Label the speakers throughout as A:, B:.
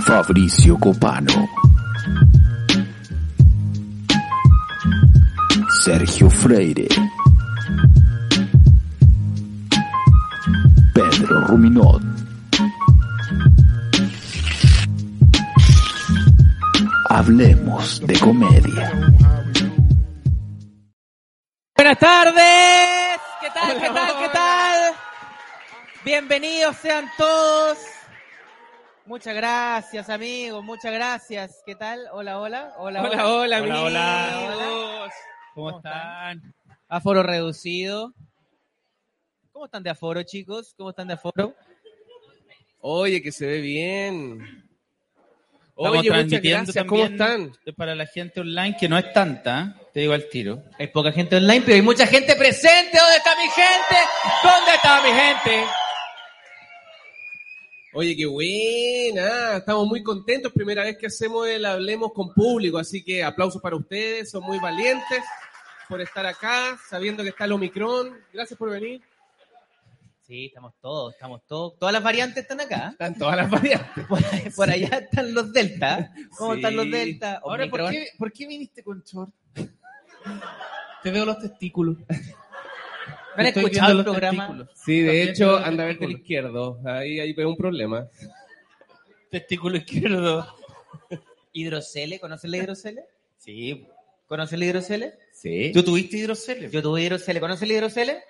A: Fabricio Copano. Sergio Freire. Pedro Ruminot. Hablemos de comedia.
B: Buenas tardes. ¿Qué tal? ¿Qué tal? ¿Qué tal? Bienvenidos sean todos. Muchas gracias, amigos. Muchas gracias. ¿Qué tal? Hola, hola. Hola, hola, hola, amigos.
C: ¿Cómo,
B: ¿Cómo
C: están?
B: Aforo reducido. ¿Cómo están de aforo, chicos? ¿Cómo están de aforo?
D: Oye, que se ve bien.
C: Estamos
D: Oye, muchas
C: transmitiendo
D: gracias. ¿Cómo
C: también
D: están?
C: Para la gente online, que no es tanta, ¿eh? te digo al tiro.
B: Hay poca gente online, pero hay mucha gente presente. ¿Dónde está mi gente? ¿Dónde está mi gente?
D: Oye, qué buena. Estamos muy contentos. Primera vez que hacemos el Hablemos con público. Así que aplausos para ustedes. Son muy valientes por estar acá, sabiendo que está el Omicron. Gracias por venir.
B: Sí, estamos todos, estamos todos. Todas las variantes están acá.
D: Están todas las variantes.
B: Por, por allá están los delta. ¿Cómo
D: Sí.
B: están los delta?
C: Ahora, ¿por
B: Omicron.
C: qué, ¿por qué viniste con short? Te veo los testículos.
B: ¿No han
C: Estoy
B: escuchado el
C: viendo los
B: programa?
C: testículos.
D: Sí, de
C: También
D: hecho,
C: tengo
D: anda a verte el
C: testículo.
D: izquierdo. Ahí, ahí veo un problema.
C: Testículo izquierdo.
B: ¿Hidrocele? ¿Conocen la hidrocele?
C: Sí.
B: ¿Conocen la hidrocele?
D: Sí.
C: ¿Tú tuviste hidrocele?
B: Yo tuve hidrocele. ¿Conocen la hidrocele?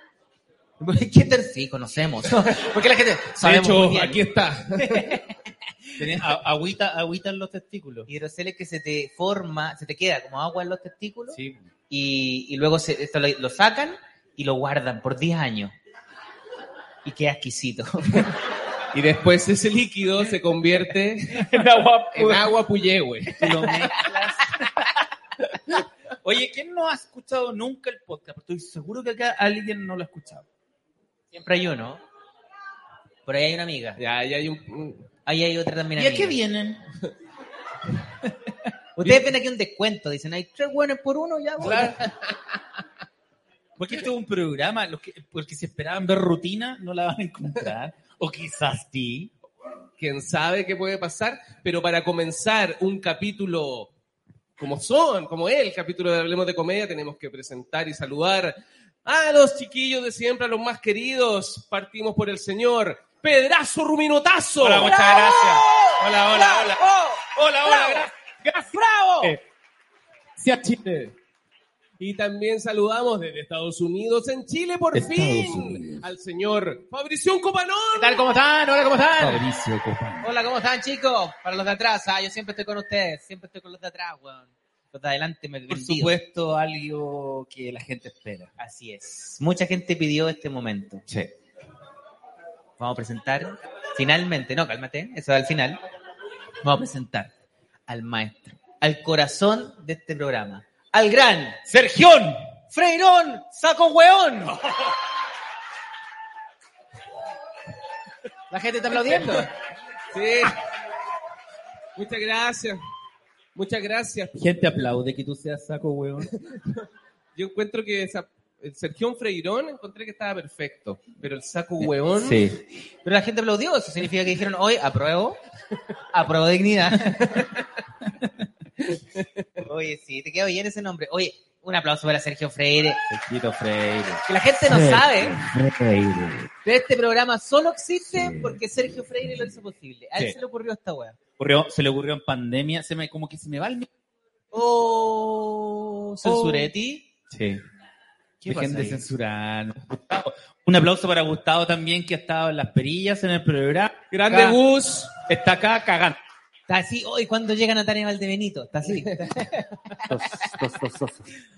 B: ¿Qué tal? Sí, conocemos. Porque la gente
D: De
B: sabemos muy
D: hecho,
B: bien.
D: aquí está.
C: Tenés a- agüita, agüita en los testículos.
B: Hidrocele que se te forma, se te queda como agua en los testículos
C: Sí.
B: y, y luego se, esto lo, lo sacan y lo guardan por 10 años. Y queda exquisito.
D: Y después ese líquido se convierte
C: En agua
D: en agua puyehue.
C: Tú lo mezclas. Oye, ¿quién no ha escuchado nunca el podcast? Estoy seguro que acá alguien no lo ha escuchado.
B: Siempre hay uno. Por ahí hay una amiga.
D: Ya, ya hay un.
B: Ahí hay otra también
C: ¿Y a
B: amiga.
C: qué vienen?
B: Ustedes ven aquí un descuento. Dicen, hay tres buenos por uno, ya. bueno.
C: Porque este es un programa, los que, porque si esperaban ver rutina, no la van a encontrar. O quizás sí.
D: quién sabe qué puede pasar, pero para comenzar un capítulo como son, como es el capítulo de Hablemos de Comedia, tenemos que presentar y saludar a los chiquillos de siempre, a los más queridos. Partimos por el señor Pedrazo Ruminotazo.
C: Hola, muchas gracias. Hola, hola, hola.
B: Oh.
C: Hola, hola, gracias.
D: ¡Bravo!
C: Eh. Gracias, Chile.
D: Y también saludamos desde Estados Unidos, en Chile, por
C: Estados
D: fin,
C: Unidos.
D: al señor Fabricio Copanón.
B: ¿Qué tal? ¿Cómo están? Hola, ¿cómo están?
C: Fabricio Copán.
B: Hola, ¿cómo están, chicos? Para los de atrás, ah, yo siempre estoy con ustedes. Siempre estoy con los de atrás, weón. Los de adelante me
C: Por
B: bendigo.
C: supuesto, algo que la gente espera.
B: Así es. Mucha gente pidió este momento.
C: Sí.
B: Vamos a presentar, finalmente, no, cálmate, eso es al final. Vamos a presentar al maestro, al corazón de este programa, al gran
C: ¡Sergión!
B: Freirón Saco Hueón. La gente está aplaudiendo.
D: Sí. Muchas gracias. Muchas gracias.
C: Gente aplaude que tú seas saco, weón.
D: Yo encuentro que esa- el Sergión Freirón encontré que estaba perfecto, pero el saco hueón.
C: Sí.
B: Pero la gente aplaudió, eso significa que dijeron hoy apruebo, apruebo dignidad. Oye, sí, te quedó bien ese nombre. Oye, un aplauso para Sergio Freire.
C: Sergito Freire.
B: Que la gente no sabe.
C: Freire.
B: Pero este programa solo existe
C: Sí.
B: porque Sergio Freire lo hizo posible. A él
C: Sí.
B: se le ocurrió esta weá.
C: Ocurrió- se le ocurrió en pandemia, se me, como que se me va el...
B: Oh, Censuretti.
C: Sí.
B: ¿Qué
C: Dejen
B: pasa
C: de
B: ahí?
C: censurar. Gustavo. Un aplauso para Gustavo también, que ha estado en las perillas en el programa.
D: Grande
C: Acá-
D: bus.
C: Está acá cagando.
B: Está así, hoy cuando llega Natalia Valdebenito, está así.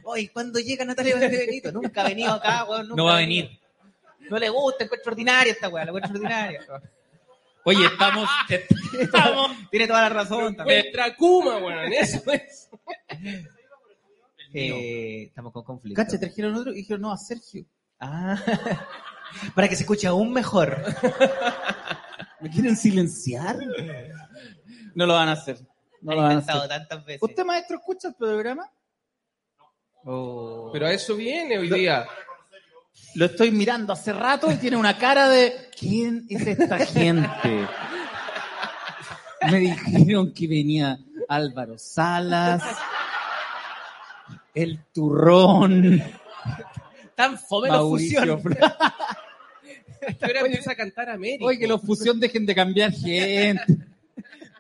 B: Hoy cuando llega Natalia Valdebenito, nunca ha venido acá, weón. nunca
C: No va a
B: ha
C: venir.
B: venido. No le gusta, encuentro ordinaria esta weá, la encuentro ordinaria.
C: Oye, estamos, estamos
B: Tiene toda la razón también.
D: Encuentra Kuma, weón. Eso es.
B: Eh, estamos con conflicto.
C: Cacha, trajeron otro y dijeron no a Sergio.
B: Ah, para que se escuche aún mejor.
C: ¿Me quieren silenciar? No lo van a hacer. No
B: Lo
C: lo
B: he
C: van a
B: intentado
C: hacer.
B: tantas veces.
C: ¿Usted, maestro, escucha el programa?
B: Oh.
D: Pero a eso viene hoy día.
C: Lo estoy mirando hace rato y tiene una cara de ¿quién es esta gente? Me dijeron que venía Álvaro Salas, el turrón,
D: Tan fome la
C: Mauricio.
D: fusión.
C: Fra-
D: Yo ahora empiezo a cantar América.
C: Oye, que los fusión dejen de cambiar gente.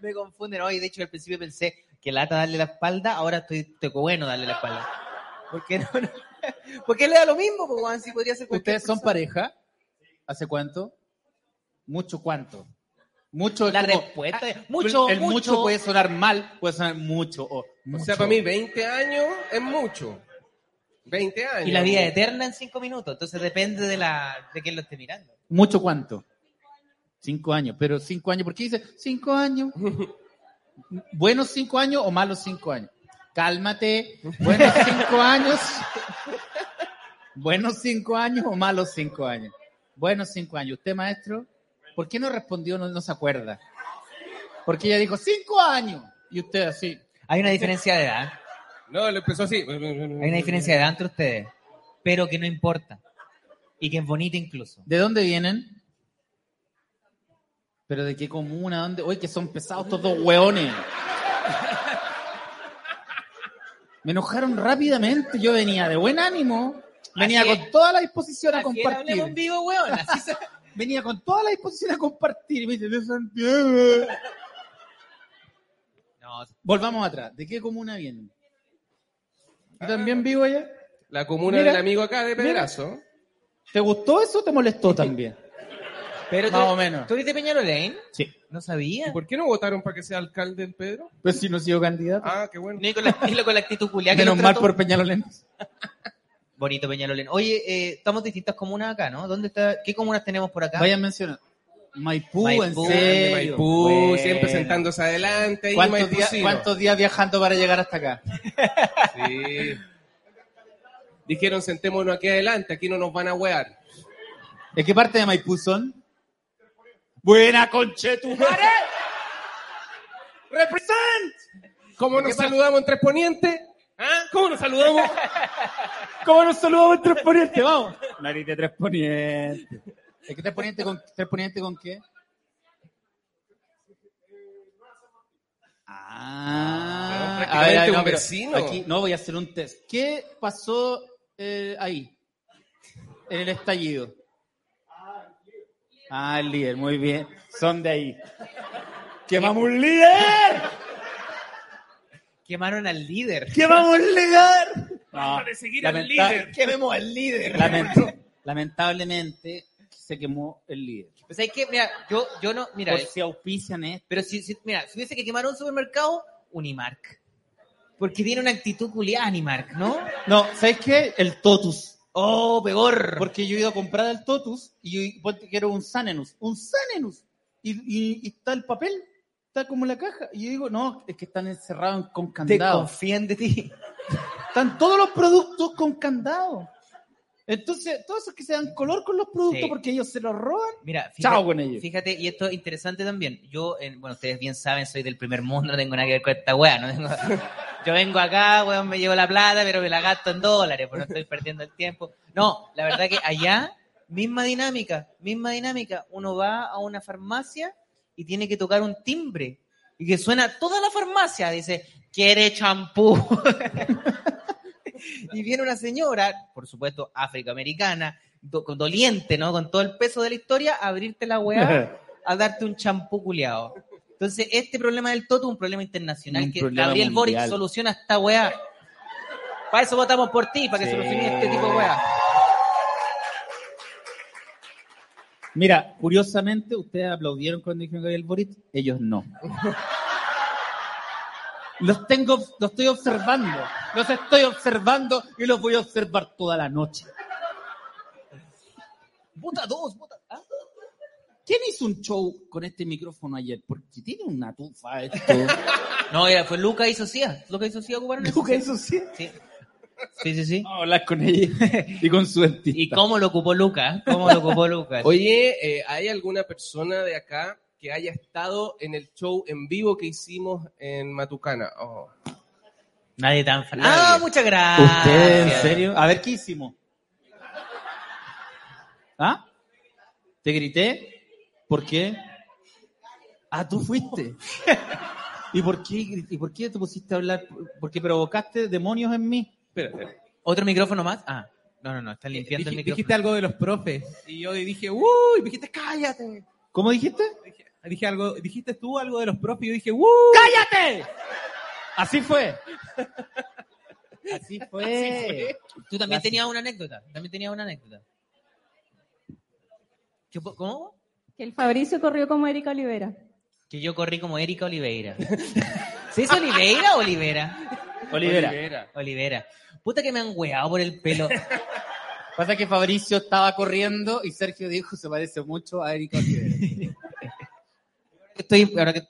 B: Me confunden hoy. De hecho, al principio pensé que lata darle la espalda, ahora estoy toco bueno darle la espalda. ¿Por qué no? ¿Por qué le da lo mismo? Porque Juan sí podría ser cualquier
C: ¿Ustedes son
B: persona.
C: pareja? ¿Hace cuánto? ¿Mucho cuánto? Mucho es
B: La
C: como-
B: respuesta es
C: Ah,
B: mucho,
C: El mucho.
B: mucho.
C: puede sonar mal, puede sonar mucho. O,
D: O
C: mucho.
D: sea, para mí 20 años es mucho. 20 años.
B: Y la vida es eterna en cinco minutos. Entonces depende de la de quién lo esté mirando.
C: ¿Mucho cuánto? Cinco años, pero cinco años, ¿por qué dice cinco años? ¿Buenos cinco años o malos cinco años? Cálmate, buenos cinco años. ¿Buenos cinco años o malos cinco años? Buenos cinco años. ¿Usted, maestro? ¿Por qué no respondió? No, no se acuerda. Porque ella dijo cinco años. Y usted así.
B: Hay una diferencia de edad.
D: No, lo empezó así.
B: Hay una diferencia de edad entre ustedes. Pero que no importa. Y que es bonita incluso.
C: ¿De dónde vienen? ¿Pero de qué comuna? ¿Dónde? Uy, que son pesados estos dos hueones. Me enojaron rápidamente. Yo venía de buen ánimo. Venía
B: Así es.
C: con toda la disposición a
B: Así era, hablemos en
C: compartir.
B: vivo, weón. Así se-
C: Venía con toda la disposición a compartir. Y me dice, de Santiago.
B: No,
C: Volvamos atrás. ¿De qué comuna vienen? ¿Yo también vivo allá?
D: La comuna
C: Mira,
D: del amigo acá de
C: mira.
D: Pedrazo.
C: ¿Te gustó eso o te molestó también?
B: pero
C: Más
B: tú-
C: o menos.
B: ¿Tú eres de Peñalolén?
C: Sí.
B: No sabía.
D: ¿Por qué no votaron para que sea alcalde el Pedro?
C: Pues si no sigo candidato.
D: Ah, qué bueno.
B: Ni con la, ni con la actitud culiada que
C: Menos
B: lo
C: mal
B: trató.
C: por Peñalolén.
B: Bonito Peñalolén. Oye, eh, estamos distintas comunas acá, ¿no? ¿Dónde está? ¿Qué comunas tenemos por acá?
C: Vayan mencionando. Maipú,
B: Maipú,
C: en serio.
D: Maipú,
B: Bueno.
D: siempre sentándose adelante. y
C: ¿Cuántos días,
D: maipucino.
C: cuántos días viajando para llegar hasta acá?
D: Sí. Dijeron, sentémonos aquí adelante, aquí no nos van a huear.
C: ¿De qué parte de Maipú son? Buena conchetumare. Represent.
D: ¿Cómo nos saludamos en Tres Ponientes? ¿Ah? ¿Cómo nos saludamos?
C: ¿Cómo nos saludamos en Tres Poniente? Vamos. Nariz de Tres Poniente. ¿De qué Tres Poniente con Tres Poniente con qué? Ah,
D: Pero
C: a ver, a ver,
D: prácticamente
C: no,
D: un
C: pero
D: vecino.
C: aquí no voy a hacer un test. ¿Qué pasó eh, ahí? En el estallido. Ah, el líder, muy bien. Son de ahí. ¡Quemamos un líder!
B: Quemaron al líder.
C: ¡Quemamos un líder!
E: Basta de seguir al líder.
C: ¡Quememos al líder! Lament- lamentablemente se quemó el líder.
B: Pues hay que, mira, yo, yo no, mira,
C: Por si auspician esto.
B: pero si, si- mira, si hubiese que quemar un supermercado, Unimark. Porque tiene una actitud culiada Unimark, ¿no?
C: No, ¿sabes qué? El Totus.
B: Oh, peor.
C: Porque yo he ido a comprar el Totus y yo ponte, quiero un Sanenus. ¡Un Sanenus! Y, y- y está el papel, está como la caja. Y yo digo, no, es que están encerrados con
B: Te
C: candado.
B: confían de ti.
C: Están todos los productos con candado. Entonces, todos esos que se dan color con los productos
B: Sí.
C: porque ellos se los roban.
B: Mira,
C: Chao con ellos.
B: Fíjate, y esto es interesante también. Yo, en- bueno, ustedes bien saben, soy del primer mundo, no tengo nada que ver con esta wea. No tengo- yo vengo acá, weón, me llevo la plata, pero me la gasto en dólares, porque no estoy perdiendo el tiempo. No, la verdad que allá, misma dinámica, misma dinámica. Uno va a una farmacia y tiene que tocar un timbre. Y que suena toda la farmacia, dice, quiere champú. y viene una señora, por supuesto, afroamericana, do- con- doliente, ¿no? Con todo el peso de la historia, a abrirte la weá a darte un champú culiado. Entonces, este problema del toto es un problema internacional
C: Un
B: que
C: problema
B: Gabriel Boric
C: mundial.
B: soluciona esta weá. Para eso votamos por ti, para que
C: Sí.
B: solucione este tipo de weá.
C: Mira, curiosamente, ustedes aplaudieron cuando dijeron Gabriel Boric, ellos no. Los tengo, los estoy observando, los estoy observando y los voy a observar toda la noche.
B: Puta dos, puta. ¿ah?
C: ¿Quién hizo un show con este micrófono ayer? Porque tiene una tufa esto.
B: No, era, fue Luca y Socia. Luca y Socia ocuparon eso.
C: Luca, eso sí.
B: Sí. sí, sí, sí.
C: Vamos a hablar con ella y con su dentista.
B: ¿Y cómo lo ocupó Luca? ¿Cómo lo ocupó Luca?
D: Oye, eh, ¿hay alguna persona de acá que haya estado en el show en vivo que hicimos en Matucana? Oh.
B: Nadie tan fan.
D: Nadie.
B: Ah, muchas gracias.
C: ¿Ustedes en serio? A ver, ¿qué hicimos? ¿Ah? ¿Te grité? ¿Por qué? Ah, tú fuiste. ¿Y por qué, gri- y por qué te pusiste a hablar? Porque provocaste demonios en mí.
D: Espera, espera.
B: ¿Otro micrófono más? Ah, no, no, no, están limpiando el
D: Dij-
B: micrófono.
D: Eh, dijiste algo de los profes y yo dije, uy, me dijiste, cállate.
C: ¿Cómo dijiste?
D: Dije, dije algo, dijiste tú algo de los profes y yo dije, uy,
C: ¡Cállate! Así fue. Así fue.
B: Tú también
C: Gracias.
B: tenías una anécdota. También tenías una anécdota. ¿Qué po- ¿Cómo?
F: Que el Fabricio corrió como Erika Olivera.
B: Que yo corrí como Erika Oliveira. ¿Se dice Oliveira o Olivera?
C: Olivera.
B: Olivera. Puta que me han weado por el pelo.
C: Pasa que Fabricio estaba corriendo y Sergio dijo se parece mucho a Erika Olivera.
B: Estoy, ahora que...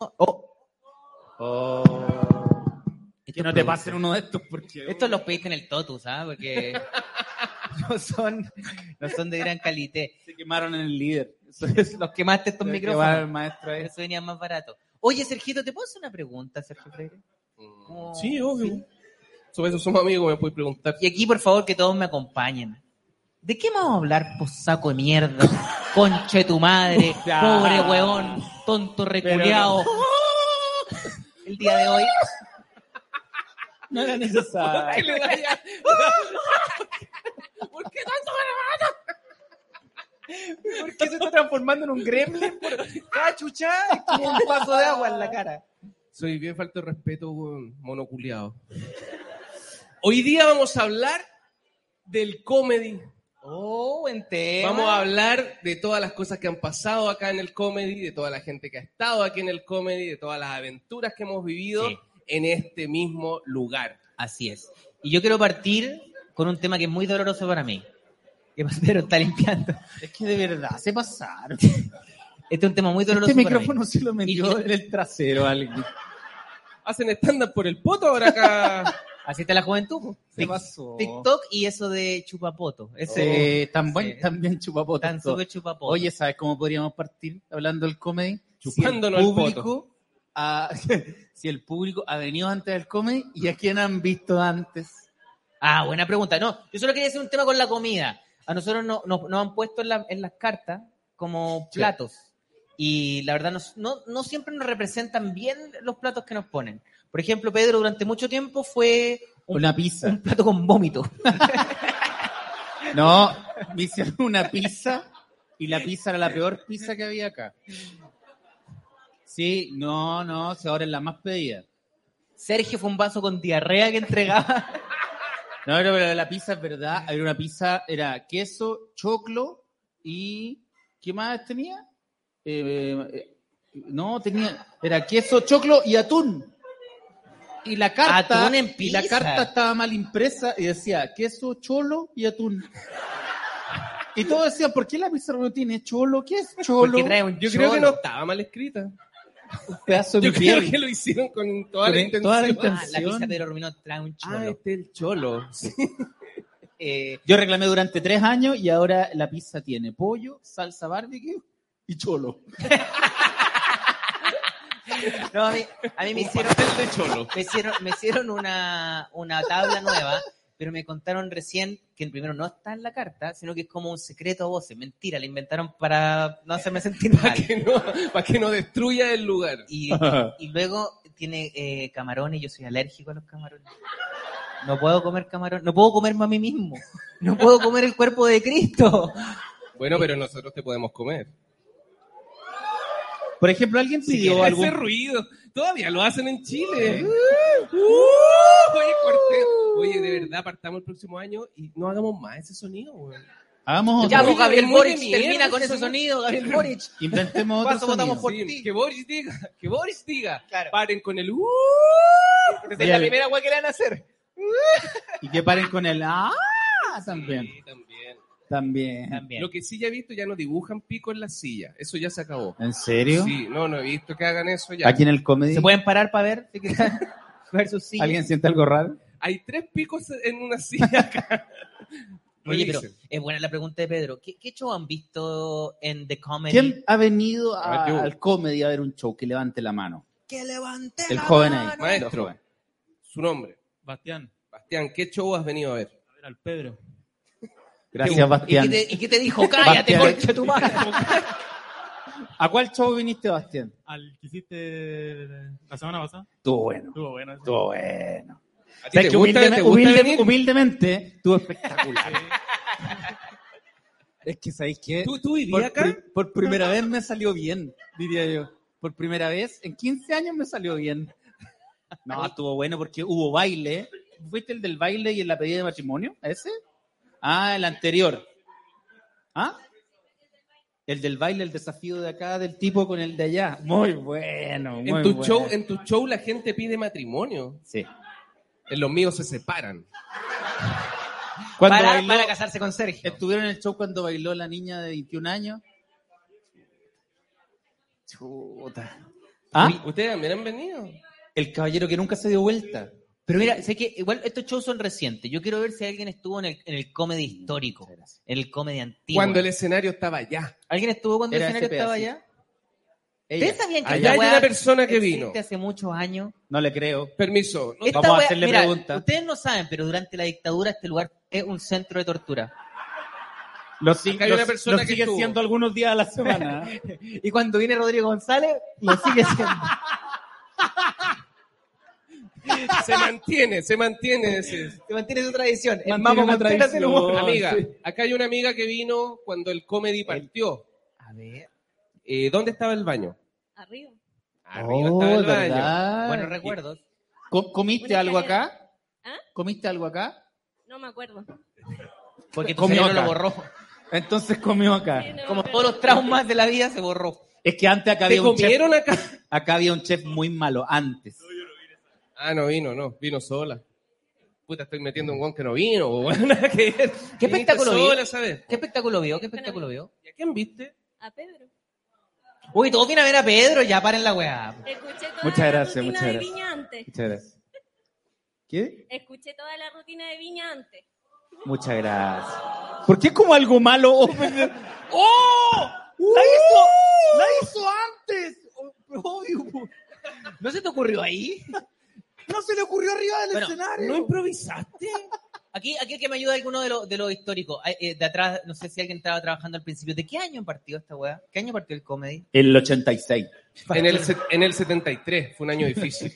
B: Oh,
C: Que no te pasen uno de estos porque... uh,
B: Estos los pediste en el Totus, ¿ah? Porque no son, no son de gran calidad.
C: se quemaron en el líder. Eso
B: Los quemaste estos micrófonos.
C: el maestro
B: Por eso venían más baratos. Oye, Sergito, ¿te puedo hacer una pregunta, Sergio Freire?
C: Mm.
B: Como-
D: Sí, obvio. Sobre eso somos amigos, me puedes preguntar.
B: Y aquí, por favor, que todos me acompañen. ¿De qué vamos a hablar, po saco de mierda? Conche tu madre,
C: Ya.
B: pobre weón, tonto reculeado. El día de hoy.
C: No era necesario.
D: Le vaya-
B: ¿Por qué se está transformando en un gremlin? ¡Ah, chucha! Como un vaso de agua en la cara.
D: Soy bien falta de respeto, weón, monoculeado. Hoy día vamos a hablar del comedy.
B: Oh, en tema.
D: Vamos a hablar de todas las cosas que han pasado acá en el comedy, de toda la gente que ha estado aquí en el comedy, de todas las aventuras que hemos vivido
B: Sí.
D: en este mismo lugar.
B: Así es. Y yo quiero partir con un tema que es muy doloroso para mí. Que Pedro está limpiando.
C: Es que de verdad, se pasaron.
B: Este es un tema muy doloroso
C: Este
B: para mí.
C: micrófono se lo metió en el trasero a alguien.
D: Hacen estándar por el poto ahora acá.
B: Así está la juventud. po.
C: Se
B: Tic-
C: pasó.
B: TikTok y eso de chupapoto. Ese
C: Sí, tan, buen,
B: Oh, Sí.
C: tan bien chupapotas
B: tan
C: todo.
B: súper chupapoto.
C: Oh, Oye, ¿sabes cómo podríamos partir hablando del comedy?
D: Chupándonos el
C: si el público ha- Si el público ha venido antes del comedy y a quién han visto antes.
B: Ah, buena pregunta. No, yo solo quería hacer un tema con la comida. A nosotros no- no- nos han puesto en, la- en las cartas como
C: Sí.
B: platos. Y la verdad, nos- no, no siempre nos representan bien los platos que nos ponen. Por ejemplo, Pedro durante mucho tiempo fue un,
C: Una pizza.
B: un plato con vómito.
C: No, me hicieron una pizza y la pizza era la peor pizza que había acá. Sí, no, no, si ahora es la más pedida.
B: Sergio fue un vaso con diarrea que entregaba.
C: No, pero, pero la pizza es verdad, era una pizza, era queso, choclo y... ¿Qué más tenía? Eh, eh, no, tenía, era queso, choclo y atún. Y la carta,
B: Atún en
C: y la
B: pizza.
C: carta estaba mal impresa y decía queso, cholo y atún. Y todos decían, ¿por qué la pizza no tiene cholo? ¿Qué es cholo?
B: Porque trae un
D: Yo creo que no
B: cholo.
D: estaba mal escrita.
C: pedazo de
D: Yo creo
C: piel.
D: que lo hicieron con toda la
C: Con toda la
D: intención.
B: Ah, la
C: Atención.
B: pizza Pedro Rubino trae un cholo.
D: Ah, este es el cholo.
B: Eh,
C: Yo reclamé durante tres años y ahora la pizza tiene pollo, salsa barbecue y cholo.
B: no, a mí, a mí me hicieron...
D: Este es el cholo.
B: me hicieron, me hicieron una, una tabla nueva, pero me contaron recién que el primero no está en la carta, sino que es como un secreto a voces. Mentira, la inventaron para no hacerme sentir
D: Para
B: mal.
D: que, no, para que no destruya el lugar.
B: Y, y luego tiene eh, camarones, yo soy alérgico a los camarones. No puedo comer camarón, no puedo comerme a mí mismo. No puedo comer el cuerpo de Cristo.
D: Bueno, pero nosotros te podemos comer.
C: Por ejemplo, alguien pidió
D: Ese
C: algún...
D: ruido, todavía lo hacen en Chile. Uh, uh, oye, corté. Oye, de verdad, partamos el próximo año y no hagamos más ese sonido, weón.
C: Hagamos
B: Ya,
C: otro.
B: pues, Gabriel
D: Muy de
B: Boric,
D: mierda
B: termina con
D: ese
B: ese sonido, Gabriel Boric.
C: Inventemos otro
B: Paso, votamos
C: sonido.
B: por
D: Sí,
B: ti.
D: Que Boris diga, que Boris diga.
B: Claro.
D: Paren con el uh.
B: Esa es
C: Oye,
B: la primera hueá que le van a hacer.
C: Y que paren con el... ¡Ah! También,
D: Sí, también.
C: también.
B: También.
D: Lo que sí ya he visto, ya no dibujan pico en la silla. Eso ya se acabó.
C: ¿En serio?
D: Sí, no, no he visto que hagan eso ya.
C: Aquí en el comedy,
B: ¿Se pueden parar para ver? Sí, que están- ver sus sillas.
C: ¿alguien siente algo raro?
D: Hay tres picos en una silla acá.
B: Oye, pero
D: Revisen.
B: es buena la pregunta de Pedro. ¿Qué, qué show han visto en The Comedy?
C: ¿Quién ha venido
D: A
C: a-
D: ver, yo.
C: al comedy a ver un show? Que levante la mano.
B: Que levante
C: El
B: la
C: joven ahí.
B: mano.
D: Maestro. Su nombre.
G: Bastián,
D: Bastián, ¿qué show has venido a ver?
G: a ver al Pedro.
C: Gracias,
B: ¿Y qué,
C: Bastián.
B: te, y qué te dijo? Cállate,
C: Bastián.
B: concha tu madre.
C: ¿A cuál show viniste, Bastián?
H: Al que hiciste la semana pasada.
C: Estuvo bueno,
H: Estuvo bueno. ese.
C: estuvo bueno.
D: ¿A ti
C: ¿Sabes
D: te
C: que
D: gusta,
C: humildemente,
D: te gusta
C: humilde-
D: venir?
C: humildemente, estuvo espectacular. es que, ¿sabéis qué?
D: ¿Tú, tú vivías
C: Por,
D: acá?
C: pri- por primera vez me salió bien, diría yo. Por primera vez, en 15 años me salió bien. No, estuvo bueno porque hubo baile. ¿Fuiste el del baile y en la pedida de matrimonio? ¿Ese? Ah, el anterior. ¿Ah? El del baile, el desafío de acá, del tipo con el de allá. Muy bueno, muy
D: En tu,
C: bueno.
D: show, en tu show la gente pide matrimonio.
C: Sí.
D: En los míos se separan.
C: Cuando
B: Para,
C: bailó-
B: para casarse con Sergio.
C: estuvieron en el show cuando bailó la niña de 21 años. Chuta. ¿Ah?
D: ¿Ustedes también han venido?
C: El caballero que nunca se dio vuelta.
B: Pero mira, sé que igual estos shows son recientes. Yo quiero ver si alguien estuvo en el, en el comedy histórico, en el comedy antiguo.
D: Cuando el escenario estaba allá.
B: ¿Alguien estuvo cuando
C: Era
B: el escenario
C: ese
B: estaba
C: pedacito.
B: allá? ¿Ustedes sabían que
D: Allá
B: esta
D: hay
B: weá
D: una persona que
B: existe
D: vino.
B: hace muchos años?
C: No le creo.
D: Permiso. no-
B: Esta
C: Vamos a
B: weá-
C: hacerle
B: mira,
C: pregunta.
B: Ustedes no saben, pero durante la dictadura este lugar es un centro de tortura.
C: Lo,
D: Acá hay una persona que
C: sigue
D: estuvo.
C: siendo algunos días a la semana.
B: Y cuando viene Rodrigo González, lo sigue siendo.
D: se mantiene, se mantiene. ese-
B: Se mantiene su tradición. El
C: Mantiene
B: mamo
C: la
B: Contreras del humor.
D: Amiga,
C: tradición. sí.
D: acá hay una amiga que vino cuando el comedy partió.
B: A ver.
D: Eh, ¿Dónde estaba el baño?
F: Arriba.
D: Arriba estaba el baño.
B: Buenos recuerdos.
C: Co- ¿Comiste
F: Una
C: algo
F: escalera.
C: acá?
F: ¿Ah?
C: ¿Comiste algo acá?
F: No me acuerdo.
B: Porque tu
C: Comió
B: cerebro lo
C: acá.
B: borró.
C: Entonces comió acá.
F: Sí, no,
B: Como
F: pero-
B: todos los traumas de la vida se borró.
C: Es que antes acá
D: ¿Te
C: había un chef.
D: comieron acá?
C: Acá había un chef muy malo, antes.
D: Ah, no vino, no. Vino sola. Puta, estoy metiendo un guan que no vino. weón, nada que ver. Viniste
B: espectáculo
D: sola,
B: vio?
D: ¿sabes?
B: ¿Qué espectáculo vio? ¿Qué espectáculo vio?
D: ¿Y a quién viste?
F: A Pedro.
B: Uy, todos vienen a ver a Pedro, ya paren la weá.
F: Escuché toda
C: Muchas
F: la
C: gracias,
F: rutina
C: muchas
F: de
C: gracias.
F: Viña antes.
C: Muchas gracias. ¿Qué?
F: Escuché toda la rutina de Viña antes.
C: Muchas gracias. ¿Por qué es como algo malo? ¡Oh! ¡La hizo! ¡La hizo antes! Obvio.
B: ¿No se te ocurrió ahí?
C: No se le ocurrió arriba del
B: Bueno,
C: escenario.
D: ¿No improvisaste?
B: Aquí, aquí el que me ayuda alguno de los de los históricos. Ay, eh, De atrás, no sé si alguien estaba trabajando al principio. ¿De qué año partió esta weá? ¿Qué año partió el comedy?
C: El 86.
D: En el, se- en el 73. Fue un año difícil.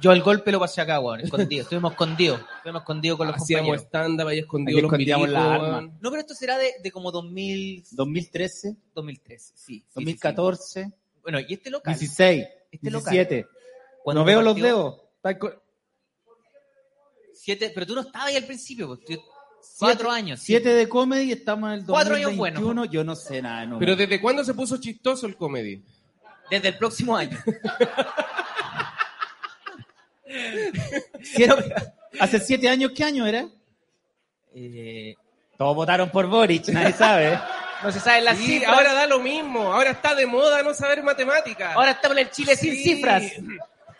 B: Yo el golpe lo pasé acá, weón, escondido. Estuvimos escondidos. Estuvimos escondidos con los
D: Hacíamos
B: compañeros.
D: stand-up ahí escondido
C: Ahí
D: los
C: escondíamos
D: milicos,
C: la
D: weón.
C: arma.
B: No, pero esto será de, de como 2000,
C: 2013,
B: 2013, sí. sí, sí,
C: 2014,
B: sí. Bueno, y este local.
C: 16,
B: Este local.
C: 17.
B: cuando
C: No veo los
B: partió,
C: dedos. Está co-
B: Siete, pero tú no estabas ahí al principio. pues, tú- cuatro años. sí.
C: Siete de comedy, estamos en el
B: Cuatro años
C: 2021. Yo no sé nada. No.
D: Pero ¿desde cuándo se puso chistoso el comedy?
B: Desde el próximo año. Quiero-
C: ¿Hace siete años qué año era?
B: Eh,
C: Todos votaron por Boric, nadie sabe.
B: no se saben las
D: Sí,
B: cifras.
D: ahora da lo mismo. Ahora está de moda no saber matemáticas.
B: Ahora estamos en el Chile sin
D: Sí.
B: cifras.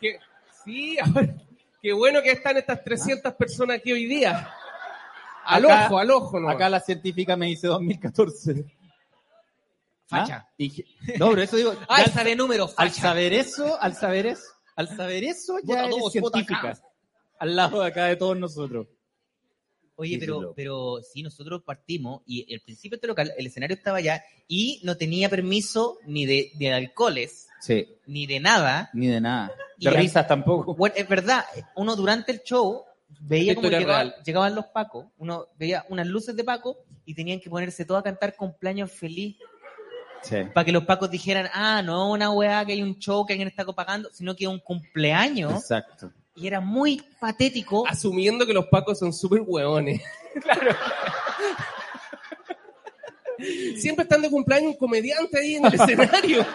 D: Qué- sí, ahora- qué bueno que están estas 300 personas aquí hoy día. Al
C: Acá-
D: ojo, al ojo. nomás.
C: Acá la científica me dice 2014.
B: Facha.
C: ¿Ah? Dije- No, pero eso digo. ya al,
B: Alza de números,
C: al
B: facha.
C: saber eso, al saber eso, al saber eso
B: Vota
C: ya eres
B: dos, vota
C: científica.
B: acá.
C: Al lado de acá de todos nosotros.
B: Oye, pero, pero sí, nosotros partimos y el principio de este local, el escenario estaba allá y no tenía permiso ni de, de alcoholes,
C: Sí,
B: ni de nada.
C: ni de nada.
B: Y
C: De
B: a-
C: risas tampoco.
B: Bueno, es verdad, uno durante el show veía como
D: Esto era
B: llegaba-
D: real.
B: llegaban los pacos, uno veía unas luces de paco y tenían que ponerse todos a cantar cumpleaños feliz
C: Sí.
B: para que los pacos dijeran, ah, no, una weá que hay un show que alguien está pagando, sino que es un cumpleaños
C: Exacto.
B: y era muy patético.
C: Ah,
D: Asumiendo que los pacos son súper hueones. claro. Siempre están de cumpleaños un comediante ahí en el escenario.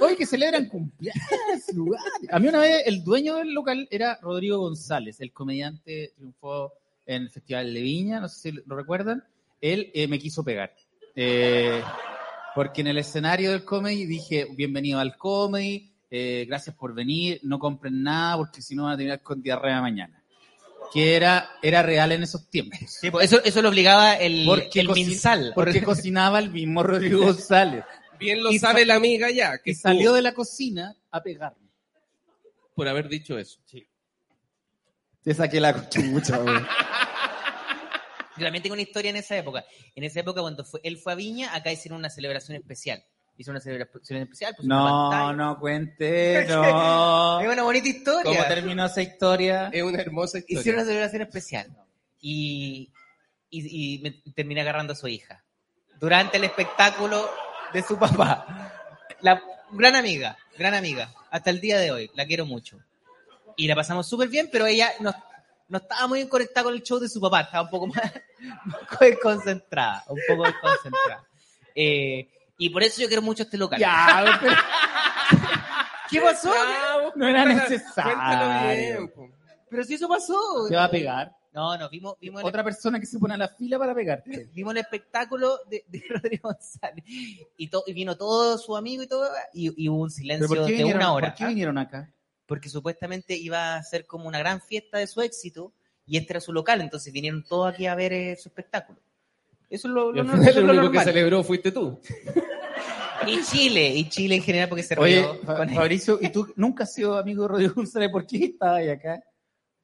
C: Hoy que celebran cumpleaños. lugares. A mí una vez el dueño del local era Rodrigo González, el comediante triunfó en el Festival de Viña, no sé si lo recuerdan. Él eh, me quiso pegar. Eh, porque en el escenario del comedy dije, bienvenido al comedy, eh, gracias por venir, no compren nada porque si no van a terminar con diarrea mañana. Que era, era real en esos tiempos.
B: Sí, pues, eso, eso lo obligaba el,
C: Porque
B: el
C: cocin-
B: Minsal.
C: Porque cocinaba el mismo Rodrigo González.
D: Bien lo
C: Y
D: sabe
C: sa-
D: la amiga ya, que
C: Que salió de la cocina a pegarme.
D: por haber dicho eso.
C: Te saqué la cuchucha, güey.
B: Yo también tengo una historia en esa época. En esa época, cuando fue, él fue a Viña, acá hicieron una celebración especial. Hicieron una celebración especial. pusieron una
C: No,
B: pantalla.
C: no cuente, no.
B: Es una bonita
C: ¿Cómo
B: historia.
C: terminó esa historia?
D: Es una hermosa historia.
B: Hicieron una celebración especial. Y, y, y me terminé agarrando a su hija. Durante el espectáculo de su papá. La gran amiga, gran amiga. Hasta el día de hoy. La quiero mucho. Y la pasamos súper bien, pero ella no, no estaba muy conectada con el show de su papá. Estaba un poco más, un poco desconcentrada. Un poco desconcentrada. Eh, y por eso yo quiero mucho este local.
C: Ya, pero
B: ¿Qué pasó?
C: no era
D: Cuéntalo
C: necesario.
D: bien. po.
B: Pero si eso pasó.
C: Te va a pegar.
B: No, no, vimos, vimos el
C: Otra persona que se pone a la fila para pegarte.
B: vimos el espectáculo de, de Rodrigo González y, to- y vino todo su amigo y todo y, y hubo un
C: ¿Pero
B: silencio
C: por qué
B: de
C: vinieron,
B: una hora
C: ¿por qué
B: ¿ah?
C: vinieron acá?
B: porque supuestamente iba a ser como una gran fiesta de su éxito y este era su local entonces vinieron todos aquí a ver eh, su espectáculo eso es lo,
D: Y
B: lo,
D: al
B: no-
D: final
B: eso es
D: el
B: lo
D: único que
B: normal
D: celebró fuiste tú.
B: y Chile y Chile en general porque se
C: Oye,
B: rió
C: Fa-
B: con él.
C: Fabricio, ¿y tú nunca has sido amigo de Rodrigo González? ¿Por qué estabas ahí acá?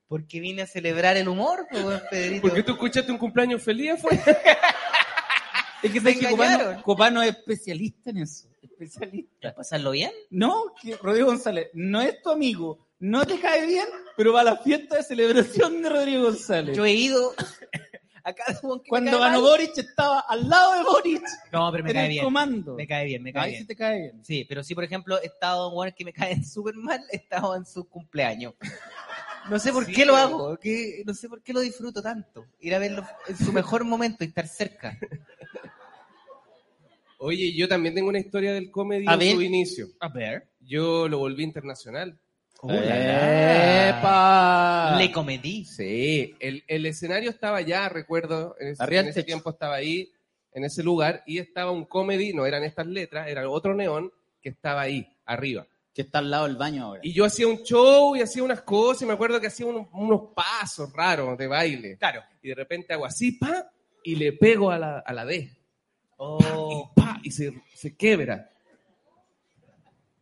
B: porque vine a celebrar el humor pues, weón, Pedrito
D: ¿Por qué tú escuchaste un cumpleaños feliz fue?
C: Es que
B: Me
C: sabes que
B: engañaron.
C: Copano, Copano es especialista en eso. Especialista.
B: ¿Para pasarlo bien
C: No, que Rodrigo González no es tu amigo, no te cae bien, pero va a la fiesta de celebración de Rodrigo González.
B: yo he ido acá hubo un que me
C: Cuando
B: cae
C: ganó
B: mal.
C: Boric estaba al lado de Boric
B: no pero me
C: en
B: cae
C: el
B: bien
C: comando.
B: me cae bien me cae
C: Ahí
B: bien
C: sí te cae bien.
B: Sí, pero sí, por ejemplo, he estado en weones que me caen súper mal, he estado en su cumpleaños. No sé por qué lo hago, que, no sé por qué lo disfruto tanto. Ir a verlo en su mejor momento y estar cerca.
D: Oye, yo también tengo una historia del comedy
C: A
D: en
C: ver.
D: su inicio.
B: A ver.
D: Yo lo volví internacional.
C: ¡Epa!
B: Le comedí.
D: Sí, el, el escenario estaba allá, recuerdo, en ese,
C: Arriba
D: en
C: el
D: ese
C: techo.
D: tiempo estaba ahí, en ese lugar, y estaba un comedy, no eran estas letras, era otro neón que estaba ahí, arriba.
C: que está al lado del baño ahora.
D: Y yo hacía un show y hacía unas cosas, y me acuerdo que hacía un- unos pasos raros de baile. Claro. Y de repente hago así, pa, y le pego a la, a la D.
B: Oh,
D: y pa, y se, se quebra.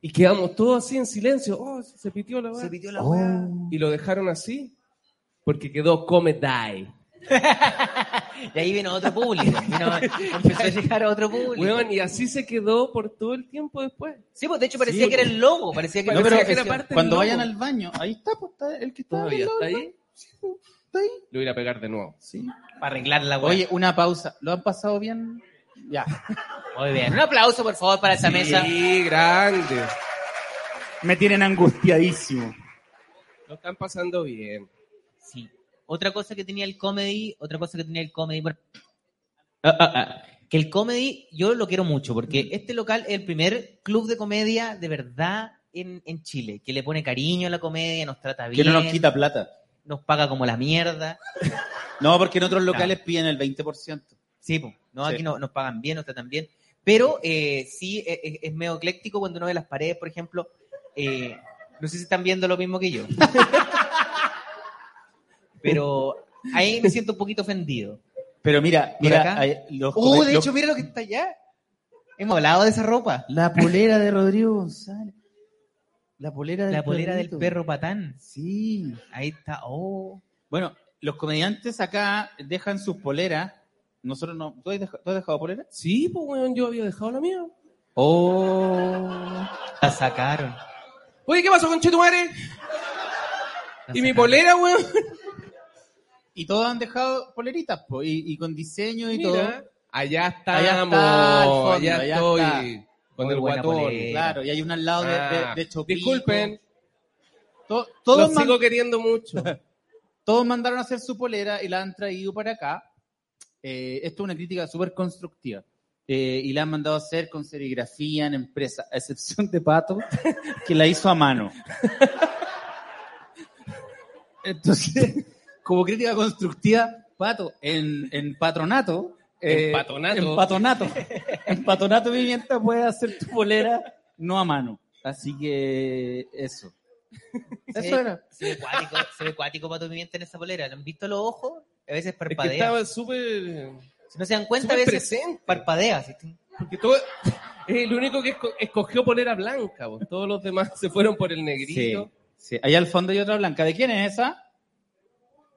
D: Y quedamos todos así en silencio. Oh, se pitió la
B: se
D: weá.
B: pitió la weá.
D: Y lo dejaron así porque quedó Come Die.
B: Y ahí vino otro público. vino- empezó a llegar otro público.
D: Weón, y así se quedó por todo el tiempo después.
B: sí, pues de hecho parecía que era el lobo, parecía que
D: No,
B: era
D: pero
B: parecía que
D: es que
B: era
D: la parte-
C: Cuando
D: no,
C: vayan
D: pues.
C: al baño, ahí está, pues, está el que está, al
D: Todavía
C: lado
D: está
C: del
D: ahí.
C: baño. Está ahí.
D: Lo voy a ir a pegar de nuevo.
C: Sí.
B: para arreglar la weá.
C: Oye, una pausa. ¿Lo han pasado bien? Ya.
B: Muy bien. Un aplauso, por favor, para esa mesa.
D: Sí, grande.
C: Me tienen angustiadísimo.
D: Lo están pasando bien.
B: Sí. Otra cosa que tenía el comedy, otra cosa que tenía el comedy, bueno,
C: Ah,
B: que el comedy yo lo quiero mucho
C: Mm.
B: porque este local es el primer club de comedia de verdad en, en Chile, que le pone cariño a la comedia, nos trata bien,
C: Que no nos quita plata.
B: nos paga como la mierda.
C: No, porque en otros locales piden el 20%.
B: Sí, po. no,
C: Sí.
B: aquí no, nos pagan bien, nos tratan bien. Pero eh, sí es, es- es medio ecléctico cuando uno ve las paredes, por ejemplo. eh, no sé si están viendo lo mismo que yo. Pero ahí me siento un poquito ofendido.
C: Pero mira,
B: ¿Por
C: mira,
B: acá?
C: hay-
B: Uh,
C: los come-
B: de
C: los-
B: hecho, mira lo que está allá. Hemos hablado de esa ropa.
C: la polera de Rodrigo González. La polera del
B: La polera del
C: perrito.
B: perro patán.
C: Sí.
B: Ahí está. Oh.
C: Bueno, los comediantes acá dejan sus poleras. Nosotros no. ¿Tú has dejado, ¿tú has dejado polera?
D: Sí, pues weón, yo había dejado la mía.
C: Oh.
B: La sacaron.
D: Oye, ¿qué pasó con Chetumare?
B: La
D: ¿Y mi
B: sacaron.
D: polera, weón?
C: Y todos han dejado poleritas, po, y, y con diseño y
D: Mira,
C: todo.
D: allá
C: Allá está
D: estamos.
C: al fondo,
D: allá,
C: allá
D: estoy. Con
B: Muy
D: el
B: buena
D: guatón.
B: polera.
C: Claro, y hay una al lado de, de,
D: Ah,
C: de Chopico.
D: disculpen,
C: To-
D: los
C: todos, man-
D: sigo queriendo mucho.
C: todos mandaron a hacer su polera y la han traído para acá. Eh, esto es una crítica súper constructiva. Eh, y la han mandado a hacer con serigrafía en empresa, a excepción de Pato, que la hizo a mano. Entonces, como crítica constructiva, Pato, en, en patronato. eh,
D: En patronato.
C: En patronato. En patronato Vivienta puedes hacer tu polera no a mano. Así que eso. Eso era.
B: Se ve cuático, se ve cuático Pato Pimienta en esa polera. ¿Lo han visto los ojos? A veces
D: Es que
B: parpadea.
D: estaba súper
B: Si no se dan cuenta, a
D: súper
B: veces
D: presente.
B: parpadea. así.
D: Porque todo, es el único que esco- escogió polera blanca. vos. Todos los demás se fueron por el
C: Sí,
D: negrillo.
C: sí. Allá al fondo hay otra blanca. ¿De quién es esa?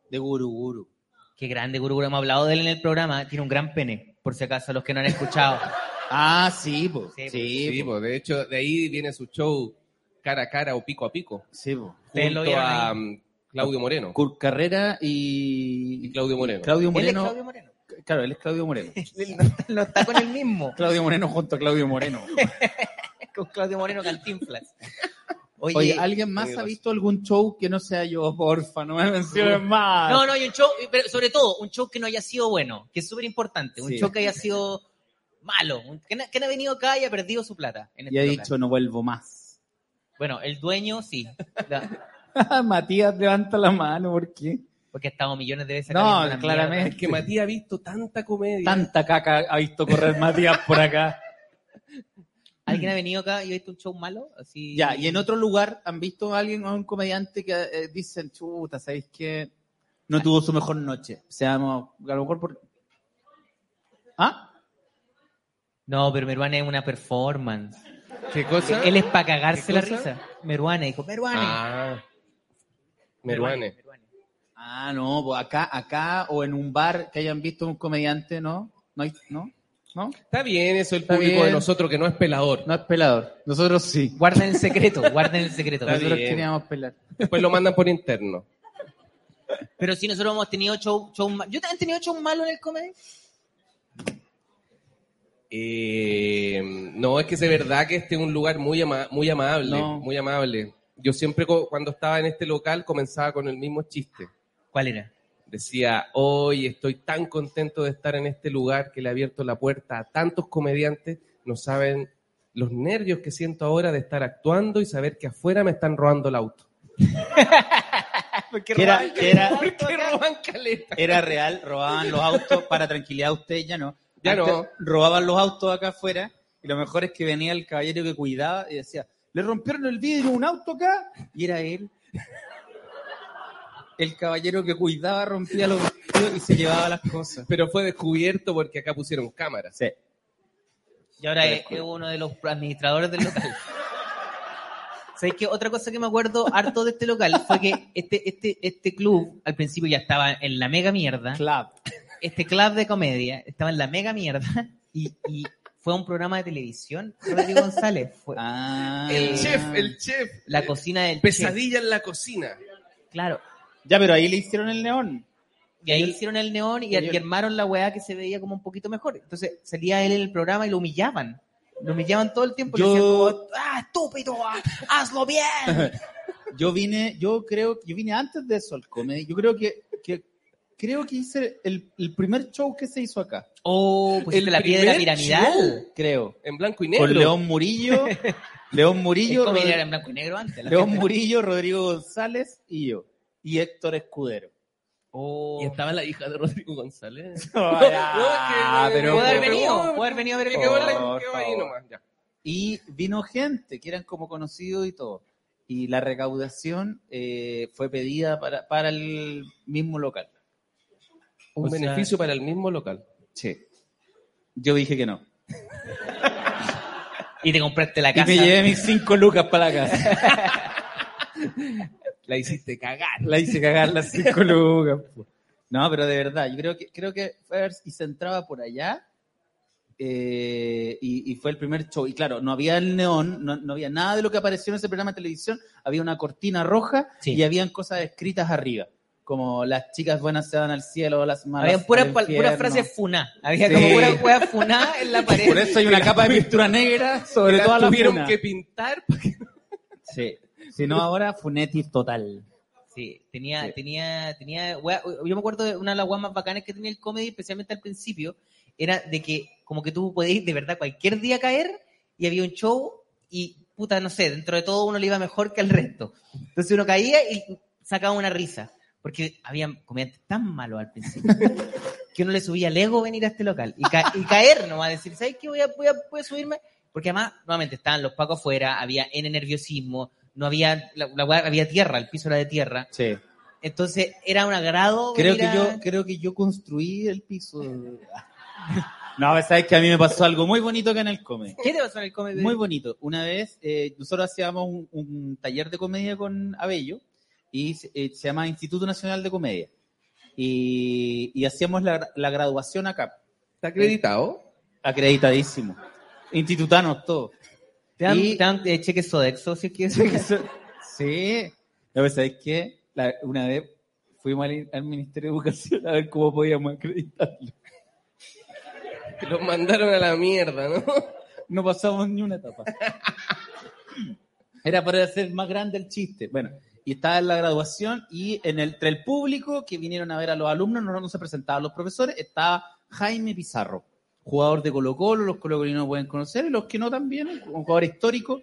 C: De Guru Guru.
B: Qué grande Guruguru, hemos hablado de él en el programa. Tiene un gran pene, por si acaso, los que no han escuchado.
C: Ah, sí, po.
B: Sí, po.
C: Sí,
D: Sí,
C: po.
D: pues, de hecho, de ahí viene su show cara a cara o pico a pico.
C: Sí, po.
B: Ustedes lo
D: Junto
B: vieron
D: a
B: ahí.
D: mm, Claudio Moreno.
C: Kurt Carrera
D: Y
C: y
D: Claudio Moreno.
C: Claudio
B: Él es
C: Moreno.
B: Claudio Moreno.
C: Claro, él es Claudio Moreno.
B: Él No, no está con el mismo.
C: Claudio Moreno junto a Claudio Moreno.
B: con Claudio Moreno Cantinflas. Oye,
C: Oye, ¿alguien más
D: oye,
C: ha
D: vas-
C: visto algún show que no sea yo? Porfa, no me menciones más.
B: no, no, y un show, pero sobre todo, un show que no haya sido bueno, que es súper importante, un
C: Sí.
B: show que haya sido malo, un- que, na- que no ha venido acá y ha perdido su plata. En
C: y
B: este
C: ha
B: programa.
C: dicho, no vuelvo más.
B: Bueno, el dueño sí, la-
C: Matías levanta la mano, ¿por qué?
B: porque ha estado millones de veces. acá
C: No,
B: viendo la mierda.
C: claramente.
D: Es que Matías ha visto tanta comedia.
C: Tanta caca ha visto correr Matías por acá.
B: ¿Alguien ha venido acá y ha visto un show malo? Así...
C: Ya, y en otro lugar, ¿han visto a alguien o a un comediante que eh, dicen, chuta, ¿sabéis que no tuvo su mejor noche? Seamos, a lo mejor por... ¿Ah?
B: No, pero Meruane es una performance.
D: ¿Qué cosa?
B: Él es para cagarse
D: ¿Qué
B: la
D: cosa?
B: risa. Meruane dijo, Meruane.
D: Ah. Meruane.
C: Ah, no, pues acá, acá o en un bar que hayan visto un comediante, ¿no? ¿No? hay- ¿No? ¿No?
D: Está bien eso, el
C: Está
D: público de
C: bien.
D: nosotros que no es pelador.
C: No es pelador. Nosotros sí.
B: Guarden el secreto, guarden el secreto.
D: Está
C: Nosotros
D: bien.
C: queríamos pelar.
D: Después lo mandan por interno.
B: Pero sí, nosotros hemos tenido show, show ma- ¿Yo también he tenido show malo en el comedy?
D: Eh, no, es que es de verdad que este es un lugar muy, ama- muy amable,
C: No.
D: muy amable. Yo siempre co- cuando estaba en este local comenzaba con el mismo chiste.
B: ¿Cuál era?
D: Decía, hoy estoy tan contento de estar en este lugar que le he abierto la puerta a tantos comediantes, no saben los nervios que siento ahora de estar actuando y saber que afuera me están robando el auto.
C: Que era, que era,
D: ¿Por qué roban caleta?
C: era real, robaban los autos para tranquilidad a ustedes, ya no.
D: Ya
C: Antes
D: no.
C: Robaban los autos acá afuera y lo mejor es que venía el caballero que cuidaba y decía, le rompieron el vidrio a un auto acá y era él. El caballero que cuidaba rompía los vidrios y se llevaba las cosas.
D: Pero fue descubierto porque acá pusieron cámaras.
C: Sí.
B: Y ahora es, es uno de los administradores del local. ¿Sabes qué? Otra cosa que me acuerdo harto de este local fue que este, este, este club al principio ya estaba en la mega mierda.
C: Clap.
B: Este club de comedia estaba en la mega mierda y, y fue a un programa de televisión. Rodrigo González. Fue
C: Ah.
D: El chef, el chef.
B: la cocina del Chef.
D: Pesadilla en la cocina.
B: Claro.
C: Ya, pero ahí le hicieron el neón.
B: Y ahí hicieron el neón y,
C: que yo-
B: y armaron la weá que se veía como un poquito mejor. Entonces salía él en el programa y lo humillaban. Lo humillaban todo el tiempo. le
C: Yo-
B: decían como, ¡Ah, estúpido! ah, ¡Hazlo bien!
C: Yo vine, yo creo, yo vine antes de eso al comedy. Yo creo que, que creo que hice el, el primer show que se hizo acá.
B: Oh, pusiste
D: El
B: la piedra
D: primer
B: piramidal.
D: show
C: Creo.
D: En blanco y
C: Con
D: negro.
C: León Murillo, León
B: El
C: Murillo,
B: cómic
C: Rodri-
B: era en blanco y negro antes. la
C: León
B: gente.
C: Murillo, Rodrigo González y yo. Y Héctor Escudero.
B: Oh.
D: Y estaba la hija de Rodrigo González.
C: Ah,
D: no,
C: pero-
B: Puede haber
D: Pero-
B: venido, puede haber venido a ver el
D: Que
C: Por
D: quedó
B: show.
D: en la- quedó ahí
C: favor.
D: nomás, ya.
C: Y vino gente que eran como conocidos y todo. Y la recaudación eh, fue pedida para, para el mismo local.
D: Un beneficio para el mismo local.
C: Sí. Yo dije que no.
B: Y te compraste la
C: Y
B: casa.
C: me llevé mis cinco lucas para la casa.
D: La hiciste cagar.
C: La hice cagar las cinco lucas. po. No, pero de verdad, yo creo que creo que fue a ver si se entraba por allá eh, y, y fue el primer show. Y claro, no había el neón, no, no había nada de lo que apareció en ese programa de televisión. Había una cortina roja
B: Sí.
C: y habían cosas escritas arriba, como las chicas buenas se van al cielo, las malas.
B: Había puras
C: al
B: pal- puras
C: infierno.
B: frases funá. Había
C: Sí.
B: como puras weas funá en la pared.
C: Por eso hay una capa de pintura negra sobre todas las
D: tuvieron
C: funas.
D: que pintar. pa' que-
C: Sí. Si no ahora funetis total.
B: Sí, tenía, tenía, tenía, wea- yo me acuerdo de una de las weas más bacanas que tenía el comedy, especialmente al principio, era de que como que tú podías de verdad cualquier día caer y había un show y puta, no sé, dentro de todo uno le iba mejor que al resto. Entonces uno caía y sacaba una risa, porque habían comediantes tan malos al principio que uno le subía el ego venir a este local y, ca- y caer nomás, decir, ¿sabes qué? Voy a, voy a- voy a subirme. Porque además, nuevamente, estaban los pacos afuera, había N nerviosismo, no había, la, la wea- había tierra, el piso era de tierra.
C: Sí.
B: Entonces era un agrado.
C: Creo
B: venir
C: que yo,
B: a-
C: creo que yo construí el piso. No, pero sabes que a mí me pasó algo muy bonito acá en el Comedy.
B: ¿Qué te pasó en el comedy?
C: Muy bonito. Una vez eh, nosotros hacíamos un, un taller de comedia con Abello y se- eh, se llama Instituto Nacional de Comedia. y, y hacíamos la, la graduación acá, Eh,
D: ¿Está acreditado?
C: acreditadísimo. Institutanos todos.
B: ¿Te dan,
C: Y-
B: te dan eh, cheques Sodexo si quieres?
C: Sí. Lo que sabéis que la- una vez fuimos al, al Ministerio de Educación a ver cómo podíamos acreditarlo.
D: Te Los mandaron a la mierda, ¿no?
C: No pasamos ni una etapa. Era para hacer más grande el chiste. Bueno, y estaba en la graduación y en el, entre el público que vinieron a ver a los alumnos, no, no se presentaban los profesores, estaba Jaime Pizarro, jugador de Colo Colo, los colocolinos pueden conocer, y los que no también, un jugador histórico,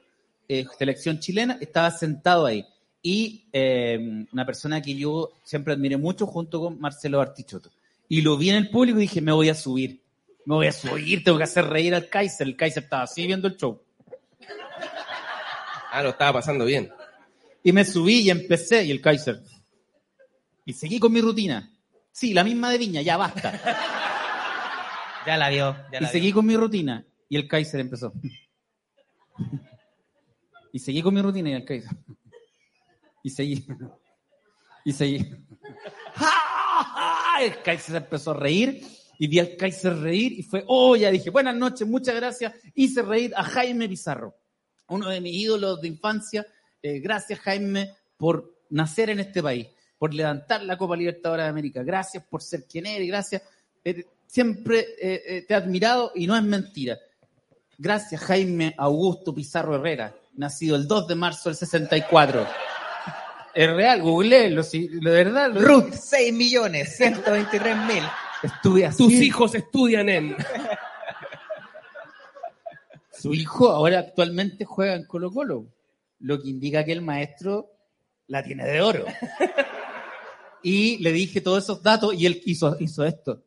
C: eh, selección chilena, estaba sentado ahí. Y eh, una persona que yo siempre admiré mucho junto con Marcelo Artichoto. Y lo vi en el público y dije, me voy a subir me voy a subir, tengo que hacer reír al Kaiser. El Kaiser estaba así viendo el show.
D: Ah, lo estaba pasando bien.
C: Y me subí y empecé, y el Kaiser. Y seguí con mi rutina. Sí, la misma de Viña, ya basta.
B: Ya la vio, ya
C: Y
B: la
C: seguí con mi rutina. Y el Kaiser empezó. Y seguí con mi rutina y el Kaiser. Y seguí. Y seguí. ¡Ja! El Kaiser empezó a reír. Y vi al Kaiser reír y fue, oh, ya dije, buenas noches, muchas gracias. Hice reír a Jaime Pizarro, uno de mis ídolos de infancia. Eh, gracias, Jaime, por nacer en este país, por levantar la Copa Libertadores de América. Gracias por ser quien eres, gracias. Eh, siempre eh, eh, te he admirado y no es mentira. Gracias, Jaime Augusto Pizarro Herrera, nacido el 2 de marzo del 64. Es real, googleenlo, si, de verdad.
B: vio.
C: lo-
B: Ruth, 6 millones, 123 mil.
C: Estuve así.
D: Tus hijos estudian en.
C: Su hijo ahora actualmente juega en Colo Colo, lo que indica que el maestro la tiene de oro. Y le dije todos esos datos y él hizo, hizo esto.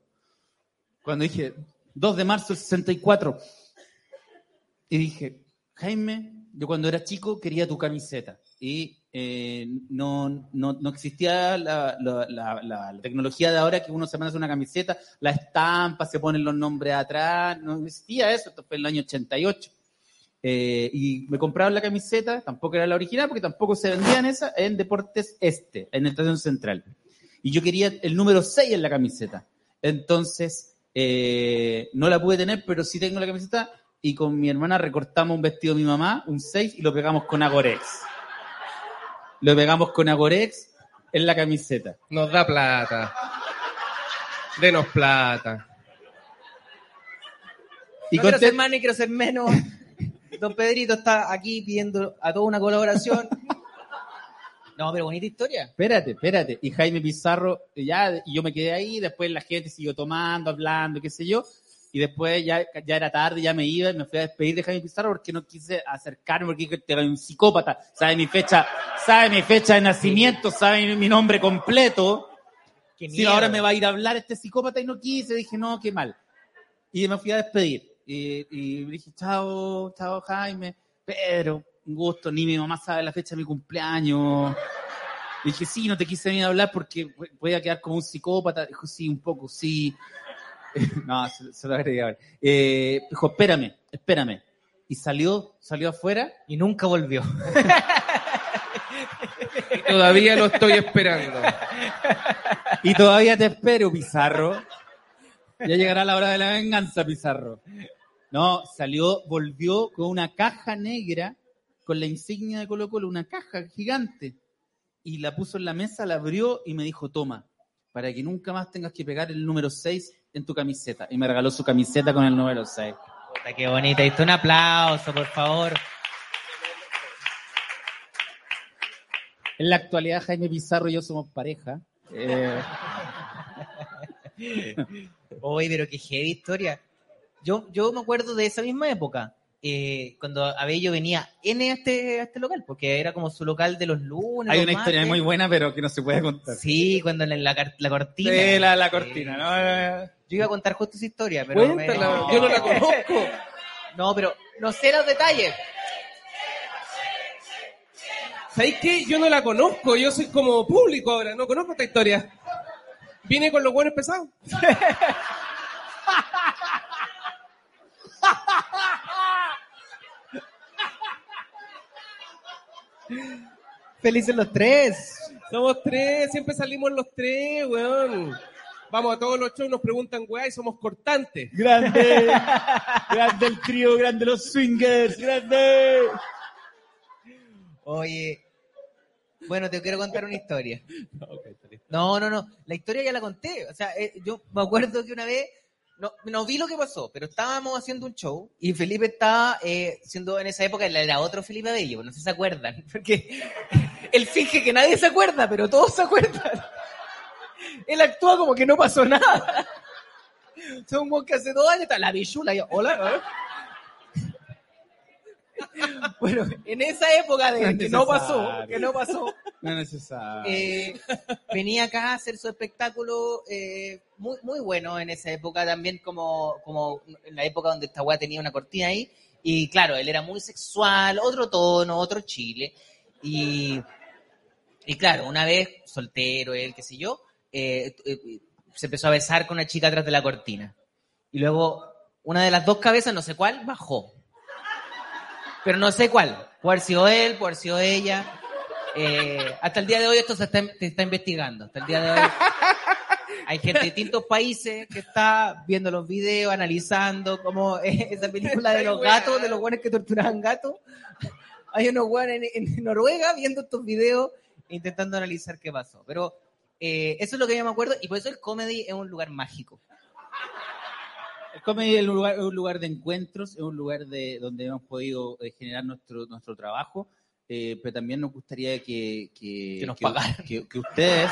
C: Cuando dije 2 de marzo del 64. Y dije, Jaime, yo cuando era chico quería tu camiseta. Y eh, no, no, no existía la, la- la- la- la tecnología de ahora que uno se manda una camiseta, la estampa, se ponen los nombres atrás. No existía eso. Esto fue en el año 88. Eh, y me compraron la camiseta, tampoco era la original, porque tampoco se vendían esa en Deportes Este, en la Estación Central. Y yo quería el número 6 en la camiseta. Entonces, eh, no la pude tener, pero sí tengo la camiseta. Y con mi hermana recortamos un vestido de mi mamá, un 6, y lo pegamos con Agorex. Lo pegamos con Agorex en la camiseta.
D: Nos da plata. Denos plata.
C: Y
B: no
C: con
B: quiero ser más ni quiero ser menos. Don Pedrito está aquí pidiendo a toda una colaboración. No, pero bonita historia.
C: Espérate, espérate. Y Jaime Pizarro, ya, y yo me quedé ahí, después la gente siguió tomando, hablando, qué sé yo. Y después ya, ya era tarde, ya me iba y me fui a despedir de Jaime Pizarro porque no quise acercarme, porque dije, "Este era un psicópata. Sabe mi fecha, sabe mi fecha de nacimiento, sabe mi nombre completo.
B: Qué
C: Sí,
B: miedo.
C: ahora me va a ir a hablar este psicópata y no quise, dije, no, qué mal. Y me fui a despedir. Y, y dije, chao, chao Jaime, pero un gusto, ni mi mamá sabe la fecha de mi cumpleaños. Y dije, sí, no te quise venir a hablar porque voy- voy a quedar como un psicópata. Dijo, sí, un poco, sí. no, se, se lo agregué ahora. Eh, dijo, espérame, espérame. Y salió, salió afuera
B: Y nunca volvió.
D: Y todavía lo estoy esperando.
C: y todavía te espero, Pizarro. Ya llegará la hora de la venganza, Pizarro. No, salió, volvió con una caja negra, con la insignia de Colo Colo, una caja gigante. Y la puso en la mesa, la abrió y me dijo, toma, para que nunca más tengas que pegar el número 6 en tu camiseta. Y me regaló su camiseta con el número 6.
B: Puta, Qué bonita historia. Un aplauso, por favor.
C: En la actualidad, Jaime Pizarro y yo somos pareja. Eh,
B: Oye, pero qué heavy historia. Yo, yo me acuerdo de esa misma época, eh, cuando Abello venía N a este, a este local, porque era como su local de los lunes.
C: hay
B: los
C: una historia
B: martes.
C: muy buena, pero que no se puede contar.
B: Sí, cuando en la, car- la cortina.
C: Sí, la, la cortina, ¿no?
B: Yo iba a contar justo esa historia, pero. me-
D: Cuéntala, yo no la conozco.
B: No, pero no sé los detalles.
D: ¿Sabéis qué? Yo no la conozco, yo soy como público ahora, no conozco esta historia. Vine con los buenos pesados.
B: Felices los tres.
D: Somos tres, siempre salimos los tres, weón. Vamos a todos los shows, nos preguntan, weá, y somos cortantes.
C: Grande, grande el trío, grande los swingers, grande.
B: Oye, bueno, te quiero contar una historia. No, no, no. La historia ya la conté. O sea, eh, yo me acuerdo que una vez, no, no vi lo que pasó, pero estábamos haciendo un show y Felipe estaba eh, siendo, en esa época era- era otro Felipe Bello, no sé si se acuerdan, porque él finge que nadie se acuerda, pero todos se acuerdan. Él actúa como que no pasó nada. Son un weón que hace dos años está la bichula y yo, hola. ¿eh? Bueno, en esa época de que no pasó, que no pasó,
C: No es necesario.
B: eh, venía acá a hacer su espectáculo eh, muy, muy bueno en esa época también, como, como en la época donde esta weá tenía una cortina ahí. Y claro, él era muy sexual, otro tono, otro chile. Y, y claro, una vez, soltero, él, qué sé yo, eh, eh, se empezó a besar con una chica atrás de la cortina. Y luego, una de las dos cabezas, no sé cuál, bajó. Pero no sé cuál. Puede haber sido él, puede haber sido ella. Eh, hasta el día de hoy esto se está, se está investigando. Hasta el día de hoy hay gente de distintos países que está viendo los videos, analizando como esa película de los gatos, de los guanes que torturaban gatos. Hay unos guanes en, en Noruega viendo estos videos e intentando analizar qué pasó. Pero eh, eso es lo que yo me acuerdo y por eso el comedy es un lugar mágico.
C: El comedy es un lugar, es un lugar de encuentros, es un lugar de donde hemos podido eh, generar nuestro, nuestro trabajo, eh, pero también nos gustaría que, que,
B: Que nos
C: pagaran. Que, que ustedes,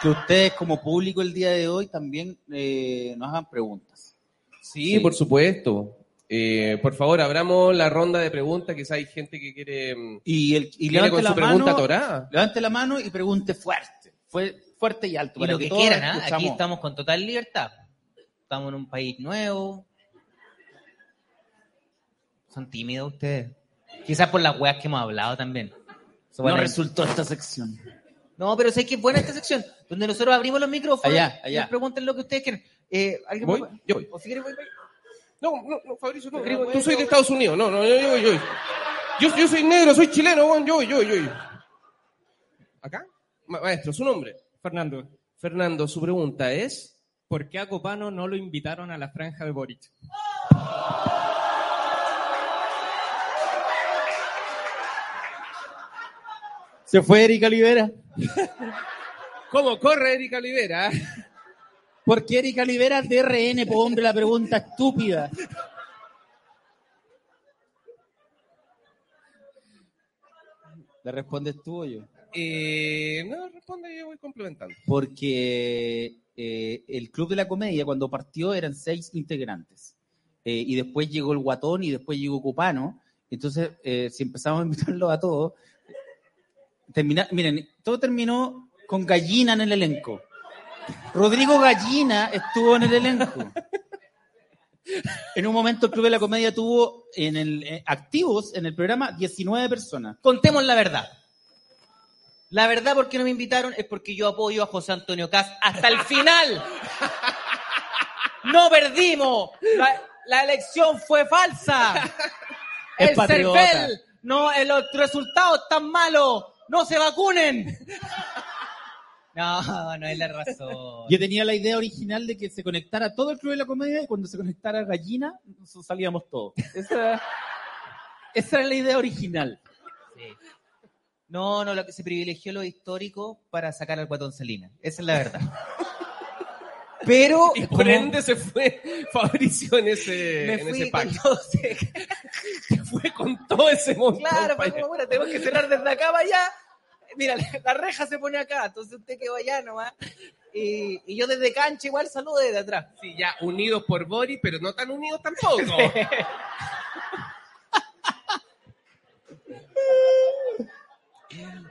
C: que ustedes como público el día de hoy también eh, nos hagan preguntas.
D: Sí, por supuesto. Eh, por favor, abramos la ronda de preguntas, quizá hay gente que quiere... mm,
C: Y, el, y
D: viene
C: levante
D: con
C: la
D: su pregunta
C: mano,
D: atorada.
C: levante la mano y pregunte fuerte, fue fuerte y alto.
B: Y lo que,
C: todos
B: quieran, ¿ah? aquí
C: escuchamos.
B: estamos con total libertad. Estamos en un país nuevo. Son tímidos ustedes. Quizás por las weas que hemos hablado también.
C: No
B: Bueno,
C: resultó esta sección.
B: No, pero sé que es buena esta sección, donde nosotros abrimos los micrófonos
C: Allá,
B: y
C: allá.
B: nos pregunten lo que ustedes quieran. Eh, ¿alguien
D: ¿Voy?
B: puede-
D: Yo voy.
B: O si quieres, voy, voy.
D: No, no, no, Fabricio, no,
B: Pero
D: no,
B: bueno.
D: tú soy de Estados Unidos, no, no, yo, yo, yo. Yo, yo soy negro, soy chileno, weón, yo, yo, yo. ¿Acá? Ma- maestro, su nombre.
I: Fernando,
D: Fernando, su pregunta es...
I: ¿por qué a Copano no lo invitaron a la franja de Boric?
C: Se fue Erika Olivera.
D: ¿Cómo corre Erika Olivera?
C: ¿Por qué Erika Olivera es de RN? Pues hombre, la pregunta estúpida. ¿La respondes tú o yo?
D: Eh, no, responde, yo voy complementando.
C: Porque eh, el Club de la Comedia cuando partió eran seis integrantes. Eh, y después llegó el Guatón y después llegó Copano. Entonces, eh, si empezamos a invitarlos a todos, termina, miren, todo terminó con Gallina en el elenco. Rodrigo Gallina estuvo en el elenco. En un momento el Club de la Comedia tuvo en el, eh, activos en el programa 19 personas.
B: Contemos la verdad. La verdad, por qué no me invitaron es porque yo apoyo a José Antonio Cast hasta el final. No perdimos. La, la elección fue falsa.
C: Es
B: el
C: patriota.
B: CERVEL, no, el otro resultado es tan malo. No se vacunen. No, no es la razón.
C: Yo tenía la idea original de que se conectara todo el Club de la Comedia y cuando se conectara Gallina, nosotros salíamos todos. Esa, esa era la idea original.
B: Sí. No, no, lo que se privilegió lo histórico para sacar al guatón Salinas. Esa es la verdad. Pero
D: Y por
B: como
D: ende se fue Fabricio en ese,
B: me
D: en
B: fui
D: ese
B: con
D: pack.
B: todo seco.
D: Se fue con todo ese montón.
B: Claro,
D: pa'
B: pues como, bueno, tenemos que cerrar desde acá para allá. Mira, la, la reja se pone acá, entonces usted quedó allá nomás. Y, y yo desde cancha igual saludo desde atrás.
D: Sí, ya unidos por Boris, pero no tan unidos tampoco.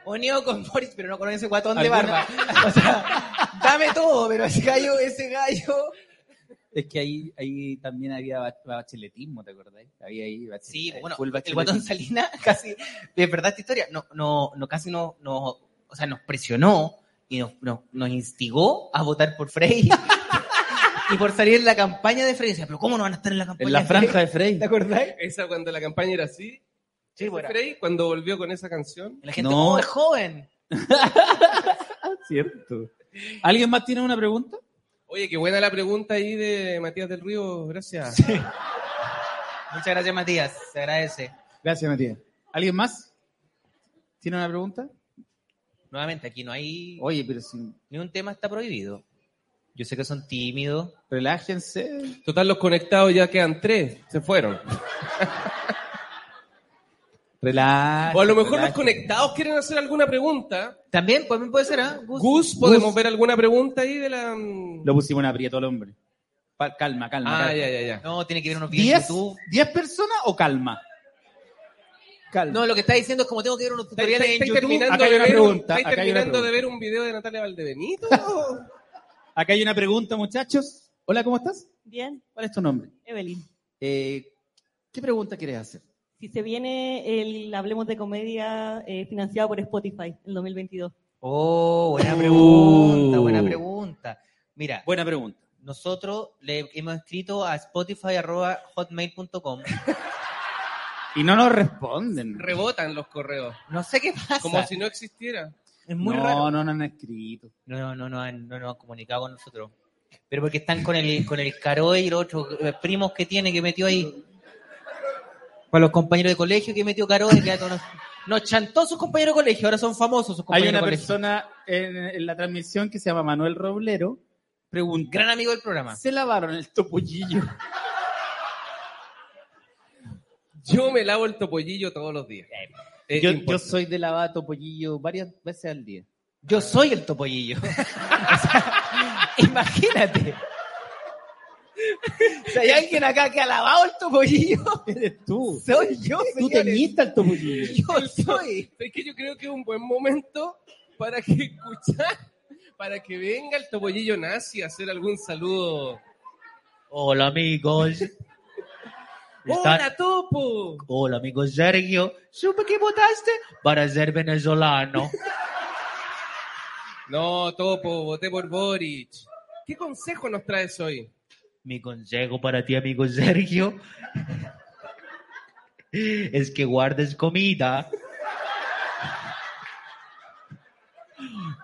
B: Unido con Boris, pero no con ese guatón de barba. O sea, dame todo, pero ese gallo, ese gallo.
C: Es que ahí, ahí también había ba- bacheletismo, ¿te acordás? Había ahí bachel-
B: Sí,
C: eh,
B: bueno,
C: full
B: el
C: bacheletismo.
B: guatón Salinas casi, de verdad esta historia, no, no, no casi no, no, o sea, nos presionó y nos, nos, nos instigó a votar por Frey y por salir en la campaña de Frey. Decía, pero ¿cómo no van a estar en la campaña
C: En la
B: de Frey?
C: franja de Frey.
B: ¿Te acordás?
D: Esa cuando la campaña era así.
B: Sí,
D: Ese
B: bueno.
D: Frey, cuando volvió con esa canción.
B: La gente,
C: No.
B: no. es joven.
C: Cierto. ¿Alguien más tiene una pregunta?
D: Oye, qué buena la pregunta ahí de Matías del Río, gracias.
B: Muchas gracias, Matías. Se agradece.
C: Gracias, Matías. ¿Alguien más? ¿Tiene una pregunta?
B: Nuevamente, aquí no hay
C: Oye, pero si-
B: ni un tema está prohibido. Yo sé que son tímidos.
C: relájense.
D: Total, los conectados ya quedan tres, se fueron.
C: Relájense.
D: O a lo mejor los
C: relájense.
D: conectados quieren hacer alguna pregunta.
B: También, pues, puede ser, ¿ah? Gus.
D: Gus, ¿podemos ver alguna pregunta ahí de la...? mm?
C: Lo pusimos en aprieto al hombre. Pa- calma, calma.
D: Ah,
C: calma.
D: ya, ya, ya.
B: No, tiene que ver unos videos en
C: ¿Diez,
B: YouTube.
C: diez personas o calma? Calma.
B: No, lo que está diciendo es como tengo que ver unos
D: ¿Estáis
B: tutoriales en
D: estáis
B: YouTube.
D: terminando,
C: acá hay
D: de
C: una
D: ver un-
C: pregunta,
D: estáis
C: acá hay una
D: terminando de
C: pregunta.
D: ver un video de Natalia Valdebenito?
C: Acá hay una pregunta, muchachos. Hola, ¿cómo estás?
J: Bien,
C: ¿Cuál es tu nombre?
J: Evelyn.
C: Eh, ¿Qué pregunta quieres hacer?
J: Si se viene el Hablemos de Comedia eh, financiado por Spotify en 2022.
B: Oh,
C: Uh.
B: buena pregunta, buena pregunta. Mira,
C: Buena pregunta.
B: nosotros le hemos escrito a spotify.hotmail.com.
C: Y no nos responden.
D: Rebotan los correos,
B: No sé qué pasa.
D: como si no existiera.
B: Es muy
C: no,
B: raro.
C: no, no han escrito.
B: No, no, no, no han- no nos han comunicado con nosotros. Pero porque están con el, con el Caroe y los otros eh, primos que tiene que metió ahí. Con los compañeros de colegio que metió Caroe. Que a todos nos, nos chantó sus compañeros de colegio. Ahora son famosos sus
C: Hay
B: compañeros
C: una
B: de colegio.
C: persona en, en la transmisión que se llama Manuel Roblero. Pregunta.
B: Gran amigo del programa.
C: ¿Se lavaron el topollillo?
D: Yo me lavo el topollillo todos los días. Es
C: Yo, yo
D: importante.
C: soy de lavar topollillo varias veces al día.
B: Yo soy el topollillo. O sea, imagínate. Si hay alguien acá que ha lavado el topollillo,
C: Eres tú.
B: soy yo,
C: Tú
B: señores.
C: teñiste el topollillo.
B: Yo soy.
D: Es que yo creo que es un buen momento para que escuchar, para que venga el topollillo nazi a hacer algún saludo.
B: Hola, amigos.
D: ¡Hola, topo!
B: Hola, amigo Sergio. ¿Supe que votaste para ser venezolano?
D: No, topo, voté por Boric. ¿Qué consejo nos traes hoy?
B: Mi consejo para ti, amigo Sergio, es que guardes comida.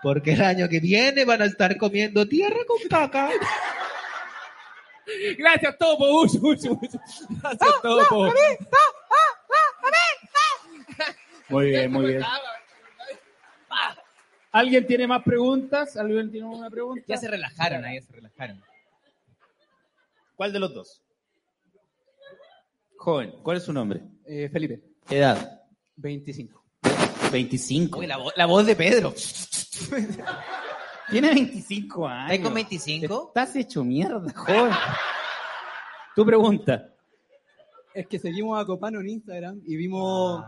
B: Porque el año que viene van a estar comiendo tierra con caca.
D: Gracias, topo. Uy, uy, uy, uy. Gracias, topo.
C: Muy bien, muy bien. ¿Alguien tiene más preguntas? ¿Alguien tiene una pregunta?
B: Ya se relajaron, ahí se relajaron.
C: ¿Cuál de los dos? Joven, ¿cuál es su nombre?
I: Eh, Felipe,
C: Edad.
I: 25.
C: 25.
B: Uy, la, vo- la voz de Pedro.
C: Tiene 25 años.
B: ¿Estás con 25?
C: Estás hecho mierda, joven. tu pregunta.
I: Es que seguimos a Copano en Instagram y vimos.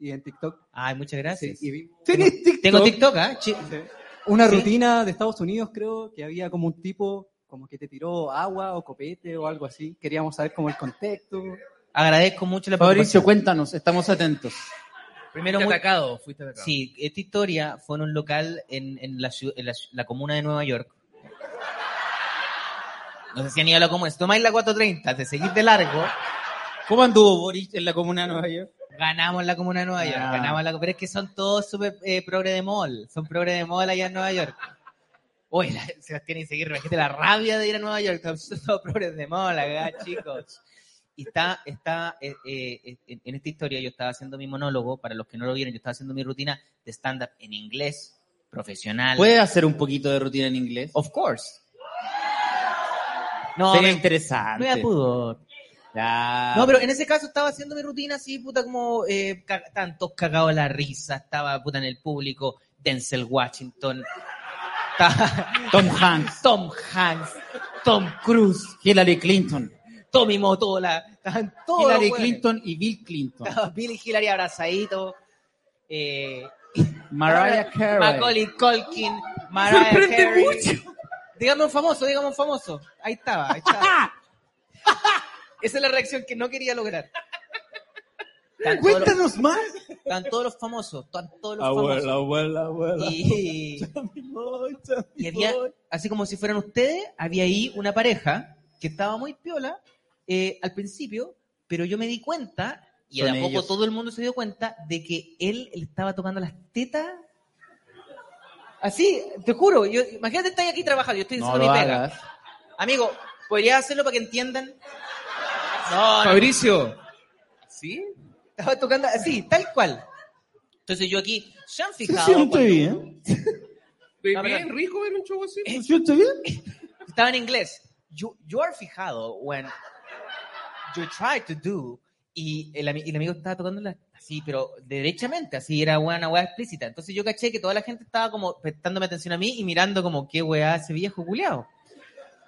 I: Y en TikTok.
B: Ay, muchas gracias.
I: sí, y vimos
C: ¿Tienes TikTok?
B: Tengo TikTok, ¿ah? Chi-
I: una
B: ¿Sí?
I: rutina de Estados Unidos, creo, que había como un tipo como que te tiró agua o copete o algo así. Queríamos saber como el contexto.
B: Agradezco mucho la
C: Fabricio,
B: preocupación.
C: cuéntanos, estamos atentos.
B: Primero,
D: Fuiste
B: mu-
D: atacado, fuiste atacado.
B: Sí, esta historia fue en un local en, en la, ciu- en la ciu- la comuna de Nueva York. No sé si han ido a la comuna. Si tomáis la 430, te seguís de largo,
C: ¿Cómo anduvo Boris en la comuna de Nueva York?
B: ganamos la comuna de Nueva York.
C: Ah.
B: Ganamos la, pero es que son todos súper eh, progre de mall. Son progre de mall allá en Nueva York. Uy, la, Sebastián y seguir, imagínate la rabia de ir a Nueva York. Son todos progres de mall acá, chicos. Y está, está eh, eh, en, en esta historia yo estaba haciendo mi monólogo, para los que no lo vieron, yo estaba haciendo mi rutina de stand-up en inglés, profesional.
C: ¿Puedes hacer un poquito de rutina en inglés?
B: Of course. Oh, No,
C: Sería
B: me,
C: interesante.
B: me da pudor.
C: Ya.
B: No, pero en ese caso estaba haciendo mi rutina así, puta, como eh, ca- tantos cagados a la risa, estaba puta en el público, Denzel Washington, estaba
C: Tom Hanks,
B: Tom Hanks, Tom Cruise,
C: Hillary Clinton,
B: Tommy Motola, estaban todos los
C: Hillary
B: hueones.
C: Clinton y Bill Clinton,
B: Estaba Billy Hillary abrazadito, eh,
C: Mariah Carey,
B: Macaulay Culkin, Mariah Carey. Dígame un famoso, dígame un famoso. Ahí estaba, ahí estaba. Esa es la reacción que no quería lograr. Están todos los,
C: Cuéntanos más.
B: están todos los famosos, están todos los famosos.
C: abuela, abuela.
B: Y, y había, así como si fueran ustedes, había ahí una pareja que estaba muy piola eh, al principio, pero yo me di cuenta, y de
C: Son
B: a poco
C: ellos.
B: todo el mundo se dio cuenta, de que él, él estaba tocando las tetas Así, te juro. Yo, imagínate, estáis aquí trabajando. Yo estoy
C: No
B: haciendo
C: lo
B: mi pega.
C: hagas.
B: Amigo, ¿podrías hacerlo para que entiendan? No, no.
D: Fabricio.
B: ¿Sí? Estaba tocando así, tal cual. Entonces yo aquí, ¿se han fijado?
C: siente
B: cuando-
I: ¿eh?
C: bien?
B: No,
D: Bien,
B: perdón.
D: rico ver un show así.
C: ¿Se siente bien?
B: Estaba en inglés. You, you are fijado when you try to do. Y el, ami- y el amigo estaba tocándola así, pero derechamente, así era una una weá explícita. Entonces yo caché que toda la gente estaba como prestándome atención a mí y mirando como qué weá ese viejo culiao.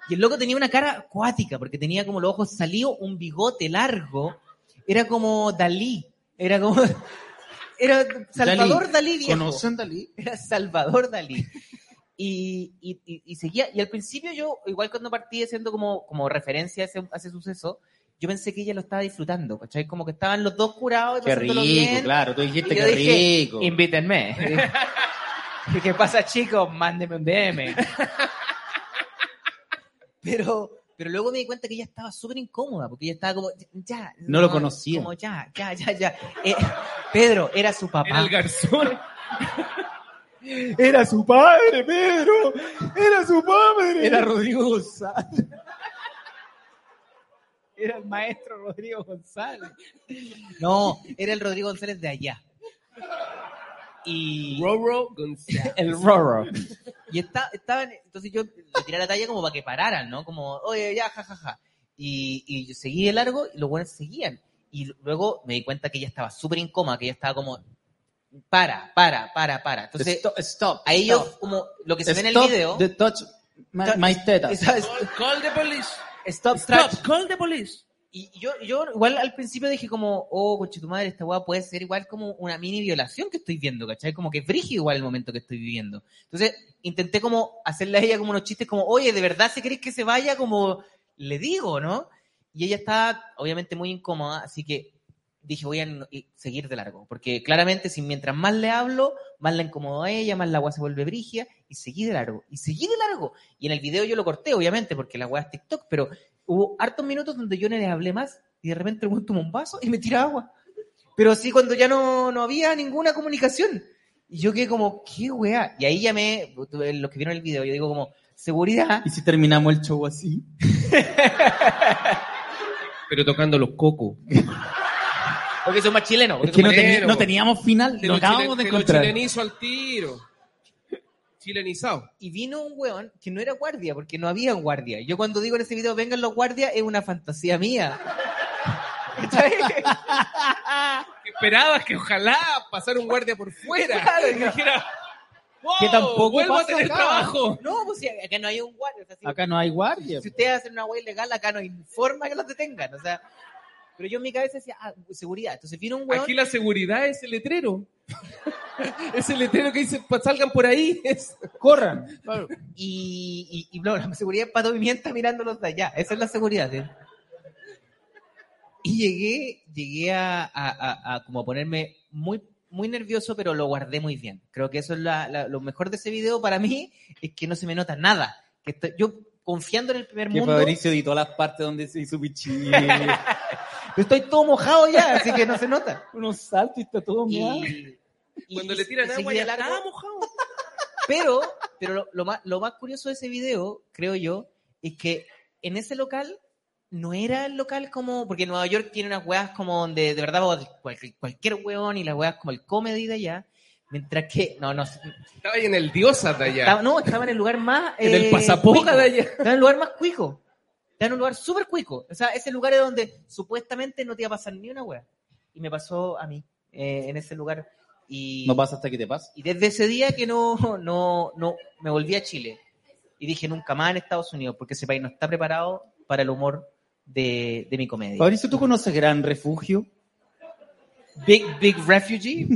B: Y el loco tenía una cara acuática, porque tenía como los ojos salidos, un bigote largo. Era como Dalí. Era como. Era Salvador Dalí, viejo.
C: ¿Conocen Dalí?
B: Era Salvador Dalí. Y, y- y- y seguía, y al principio yo, igual cuando partí haciendo como, como referencia a ese, a ese suceso, yo pensé que ella lo estaba disfrutando, ¿cachai? Como que estaban los dos curados y
C: Qué rico,
B: pasándolo bien.
C: claro. Tú dijiste
B: Y yo
C: que
B: dije, "Em-".
C: rico.
B: Invítenme. ¿Y qué pasa, chicos? Mándenme un DM. pero, pero luego me di cuenta que ella estaba súper incómoda, porque ella estaba como, ya.
C: No lo conocía.
B: Como, ya, ya, ya, ya. Eh, Pedro, era su papá.
K: Era el garzón.
C: Era su padre, Pedro. Era su padre. Era Rodrigo González. Era el maestro Rodrigo González.
B: No, era el Rodrigo González de allá. Y
D: Roro González.
B: el Roro. Y está, estaban, entonces yo le tiré la talla como para que pararan, ¿no? Como, oye, ya, jajaja. Y, y yo seguí de largo y los buenos seguían. Y luego me di cuenta que ella estaba súper incómoda, que ella estaba como, para, para, para, para. Entonces,
C: stop, stop.
B: ahí yo,
C: stop.
B: como, lo que se ve en el
C: Stop
B: video,
C: the touch my,
B: Touch-
C: my tetas.
B: esa- es-
D: Call, call the police.
B: stop,
D: Stop,
B: touch.
D: call the police.
B: Y y yo, yo igual al principio dije como, oh, coche tu madre, esta weá puede ser igual como una mini violación que estoy viendo, ¿cachai? Como que es brígido igual el momento que estoy viviendo. Entonces, intenté como hacerle a ella como unos chistes como, oye, ¿de verdad si querés que se vaya? Como le digo, ¿no? Y ella estaba obviamente muy incómoda, así que dije, voy a no- y seguir de largo, porque claramente si mientras más le hablo, más la incomodo a ella, más la weá se vuelve brigia, y seguí de largo, y seguí de largo. Y en el video yo lo corté, obviamente, porque la weá es TikTok, pero hubo hartos minutos donde yo no les hablé más, y de repente el weón tomó un vaso y me tira agua. Pero sí, cuando ya no, no había ninguna comunicación. Y yo quedé como, qué weá. Y ahí llamé, los que vieron el video, yo digo como, seguridad.
C: ¿Y si terminamos el show así?
D: Pero tocando los cocos.
B: Porque son más chilenos. porque
C: Es que
B: son
C: no,
B: más-
C: teni-
D: Pero-
C: no teníamos final,
D: Te
C: lo
D: lo
C: acabamos
D: chilen-
C: de
D: te lo
C: encontrar.
D: chilenizo al tiro. Chilenizado.
B: Y vino un weón que no era guardia, porque no había guardia. Yo cuando digo en ese video, vengan los guardias, es una fantasía mía. ¿Cachai?
D: Esperabas que ojalá pasara un guardia por fuera.
B: Claro,
D: y dijera, wow,
C: Que tampoco
D: vuelvo a
C: pasa
D: tener
C: acá.
D: trabajo.
B: No, pues si acá no hay un guardia. o sea, si-
C: Acá no hay guardia.
B: si ustedes hacen una huelga ilegal, acá no hay forma que los detengan. O sea, pero yo en mi cabeza decía, ah, seguridad. Entonces vino un weón.
D: Aquí la seguridad es el letrero. es el letrero que dice, "Pa- salgan por ahí. Es-
C: Corran.
B: y, y, y no, la seguridad es Pato Pimienta mirándolos de allá. Esa es la seguridad. ¿sí? Y llegué, llegué a, a- a- a como a ponerme muy, muy nervioso, pero lo guardé muy bien. Creo que eso es la- la- lo mejor de ese video para mí, es que no se me nota nada. Que estoy- yo confiando en el primer
C: Que
B: mundo,
C: Fabricio editó las partes donde se hizo pichín.
B: yo estoy todo mojado ya, así que no se nota.
C: Unos saltos y está todo meado.
B: Y, y-
D: Cuando
B: y-
D: le tiran
B: y
D: agua
B: seguí
D: ya
B: de largo.
D: está mojado.
B: Pero, pero lo, lo más, lo más curioso de ese video, creo yo, es que en ese local no era el local como. Porque Nueva York tiene unas weas como donde de verdad va cual- cualquier weón y las weas como el comedy de allá. Mientras que. No, no.
D: Estaba ahí en el diosa de allá.
B: Estaba, no, estaba en el lugar más.
D: en el
B: eh,
D: pasapoca
B: cuico.
D: de allá.
B: Estaba en el lugar más cuico. Estaba en un lugar súper cuico. O sea, ese lugar es donde supuestamente no te iba a pasar ni una wea. Y me pasó a mí eh, en ese lugar. Y
C: No pasa hasta que te pasa.
B: y desde ese día que no, no, no, me volví a Chile. Y dije, nunca más en Estados Unidos, porque ese país no está preparado para el humor de, de mi comedia.
C: Fabricio, ¿tú conoces Gran Refugio?
B: Big, big refugee.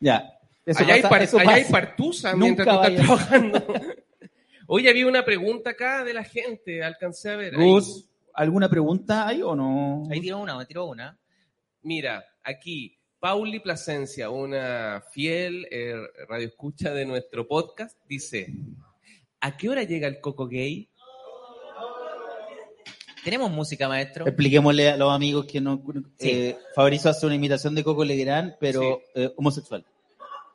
C: Ya. Eso
D: allá, hay,
C: pasa,
D: par-
C: eso
D: allá hay
C: pasa.
D: partusa
C: Nunca
D: mientras tú estás
C: vayas.
D: trabajando. Oye, había una pregunta acá de la gente, alcancé a ver. ahí.
C: Gus, ¿alguna pregunta hay o no?
B: Ahí tiró una, me tiró una.
D: Mira, aquí, Pauli Plasencia, una fiel eh, radioescucha de nuestro podcast, dice, ¿a qué hora llega el coco gay?
B: Tenemos música, maestro.
C: Expliquémosle a los amigos que no.
B: Sí.
C: eh, Fabricio hace una imitación de Coco Legrand, pero
D: Sí.
C: eh, homosexual.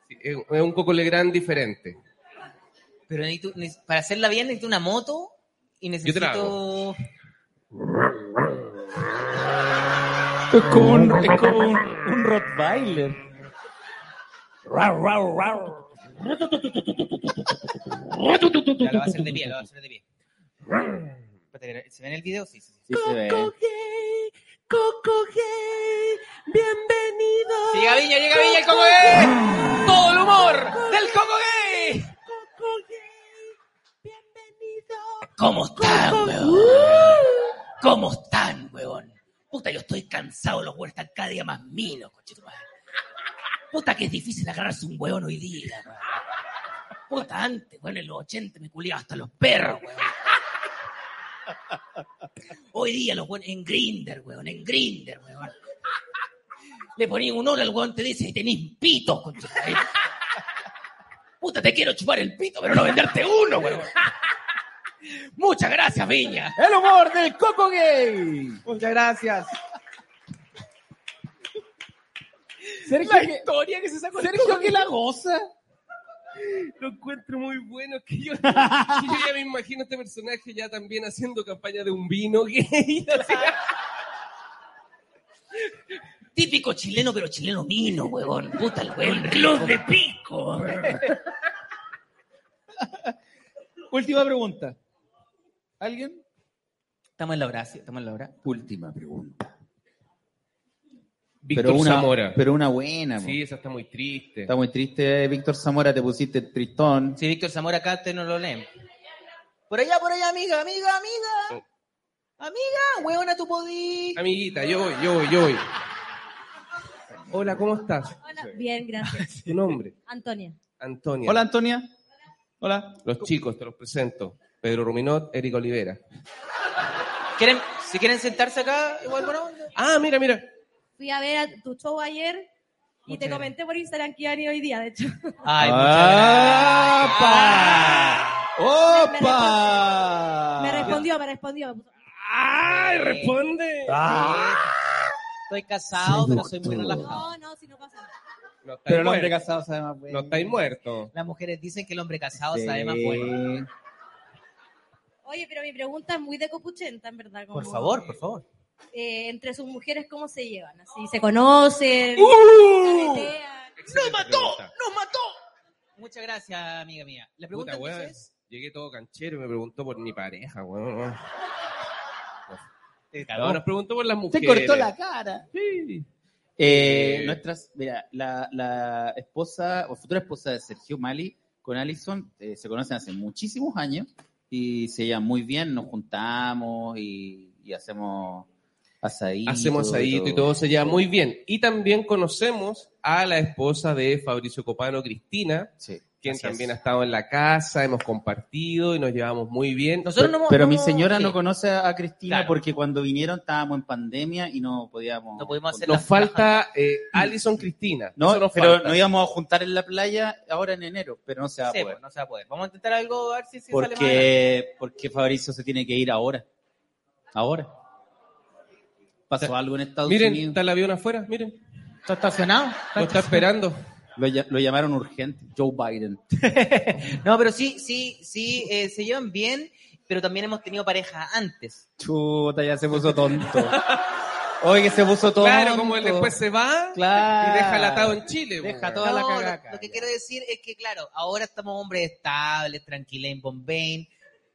D: Sí, es es un Coco Legrand diferente.
B: Pero necesito- neces- para hacerla bien necesito una moto y
D: te la
B: necesito...
L: Es como un, es como un, un Rottweiler. Rau, rau, rau.
B: Ya, lo va a hacer de pie, lo va a hacer de pie. Espérate, ¿Se ve en el video? Sí, sí, sí.
C: Sí se ve.
M: Coco Gay, bienvenido.
B: Llega Viña, llega Viña, el Coco Gay. Todo el humor del Coco Gay.
N: ¿Cómo están, weón? ¿Cómo están, weón? Puta, yo estoy cansado, los weones están cada día más minos, conchetumadre. Puta, que es difícil agarrarse un weón hoy día, weón. Puta, antes, weón, en los 80 me culiaba hasta los perros, weón. Hoy día los weones en Grinder, weón, en Grinder, weón. Le ponía un hola al weón, te dice, tenés pito, conchetumadre. Puta, te quiero chupar el pito, pero no venderte uno, weón. Muchas gracias, Viña.
C: El humor del Coco Gay.
B: Muchas gracias.
C: Sergio,
D: la
C: que-
D: historia que se sacó el
C: Sergio
D: Coco
C: que la
D: Gay.
C: goza.
D: Lo encuentro muy bueno. Que yo, que yo ya me imagino a este personaje ya también haciendo campaña de un vino gay. así.
N: Típico chileno, pero chileno mino, huevón. Puta el huevón. Club de pico.
C: Última pregunta. ¿Alguien?
B: Estamos en la hora, sí, estamos en la hora.
C: Última pregunta.
D: Víctor
C: pero una,
D: Zamora.
C: Pero una buena. po.
D: Sí, esa está muy triste.
C: Está muy triste, eh, Víctor Zamora, te pusiste tristón.
B: Sí, Víctor Zamora, acá ustedes no lo leen. Por allá, por allá, amiga, amiga, amiga. Oh. Amiga, huevona, tú podí.
D: Amiguita, yo voy, yo voy, yo voy. Hola, ¿cómo estás?
F: Hola, bien, gracias.
D: Tu nombre,
F: Antonia.
D: Antonia.
C: Hola, Antonia. Hola.
D: Los chicos, te los presento. Pedro Ruminot, Erika Olivera.
B: ¿Quieren, si quieren sentarse acá, igual bueno.
D: Ah, mira, mira.
F: Fui a ver a tu show ayer y te comenté por Instagram que iba a venir hoy día, de hecho.
B: Ay,
C: ¡Opa!
F: Me respondió, me respondió. me puso-
D: ¡Ay, responde!
C: Ah.
B: Estoy casado, pero soy muy relajado.
F: No, no, si no pasa. nada.
D: No estáis
C: Pero el hombre
D: muerto.
C: casado sabe más bueno.
D: No estáis muerto.
B: Las mujeres dicen que el hombre casado
C: Sí.
B: sabe más bueno.
F: Oye, pero mi pregunta es muy de copuchenta, en verdad. como,
B: Por favor, por favor.
F: eh, entre sus mujeres, ¿cómo se llevan? Así, ¿Se conocen?
B: ¡Uh!
F: ¿Caretean?
D: ¡No mató!
B: ¡Nos mató! Muchas gracias, amiga mía. La pregunta
D: Puta, weón.
B: entonces
D: Llegué todo canchero y me preguntó por mi pareja, weón.
B: es...
D: No, nos preguntó por las
C: Te
D: mujeres.
C: cortó la cara.
D: Sí.
C: Eh,
D: Eh,
C: nuestras, mira, la, la esposa o futura esposa de Sergio Mali con Alison eh, se conocen hace muchísimos años y se llevan muy bien, nos juntamos y, y hacemos asadito.
D: Hacemos asadito y todo se lleva muy bien. Y también conocemos a la esposa de Fabricio Copano, Cristina,
C: Sí,
D: quien
C: así es.
D: también ha estado en la casa, hemos compartido y nos llevamos muy bien.
B: Nosotros no, hemos-
C: Pero
B: no
C: mi
B: hemos-
C: señora
B: sí,
C: no conoce a Cristina
B: Claro.
C: porque cuando vinieron estábamos en pandemia y no podíamos.
B: No pudimos hacer
D: Nos
B: la-
D: falta eh, Alison Cristina.
C: No,
D: Eso nos
C: pero
D: falta.
C: no íbamos a juntar en la playa ahora en enero, pero no se va a
B: Sí,
C: poder.
B: pues, no se va a poder. Vamos a intentar algo, a ver si, si sale más adelante.
C: Porque, porque Fabricio se tiene que ir ahora. Ahora. Pasó algo en Estados
D: Miren,
C: Unidos.
D: está el avión afuera, miren.
B: Está estacionado.
D: Lo está esperando.
C: Lo, lla- lo llamaron urgente, Joe Biden.
B: No, pero sí, sí, sí, eh, se llevan bien, pero también hemos tenido pareja antes.
C: Chuta, ya se puso tonto. Oye, que se puso tonto.
D: Claro, como él después se va
C: Claro.
D: y deja el atado en Chile.
C: Deja
D: weón.
C: toda la
B: No, lo-
C: cagaca.
B: Lo, que quiero decir es que, claro, ahora estamos hombres estables, tranquilos en Bombay,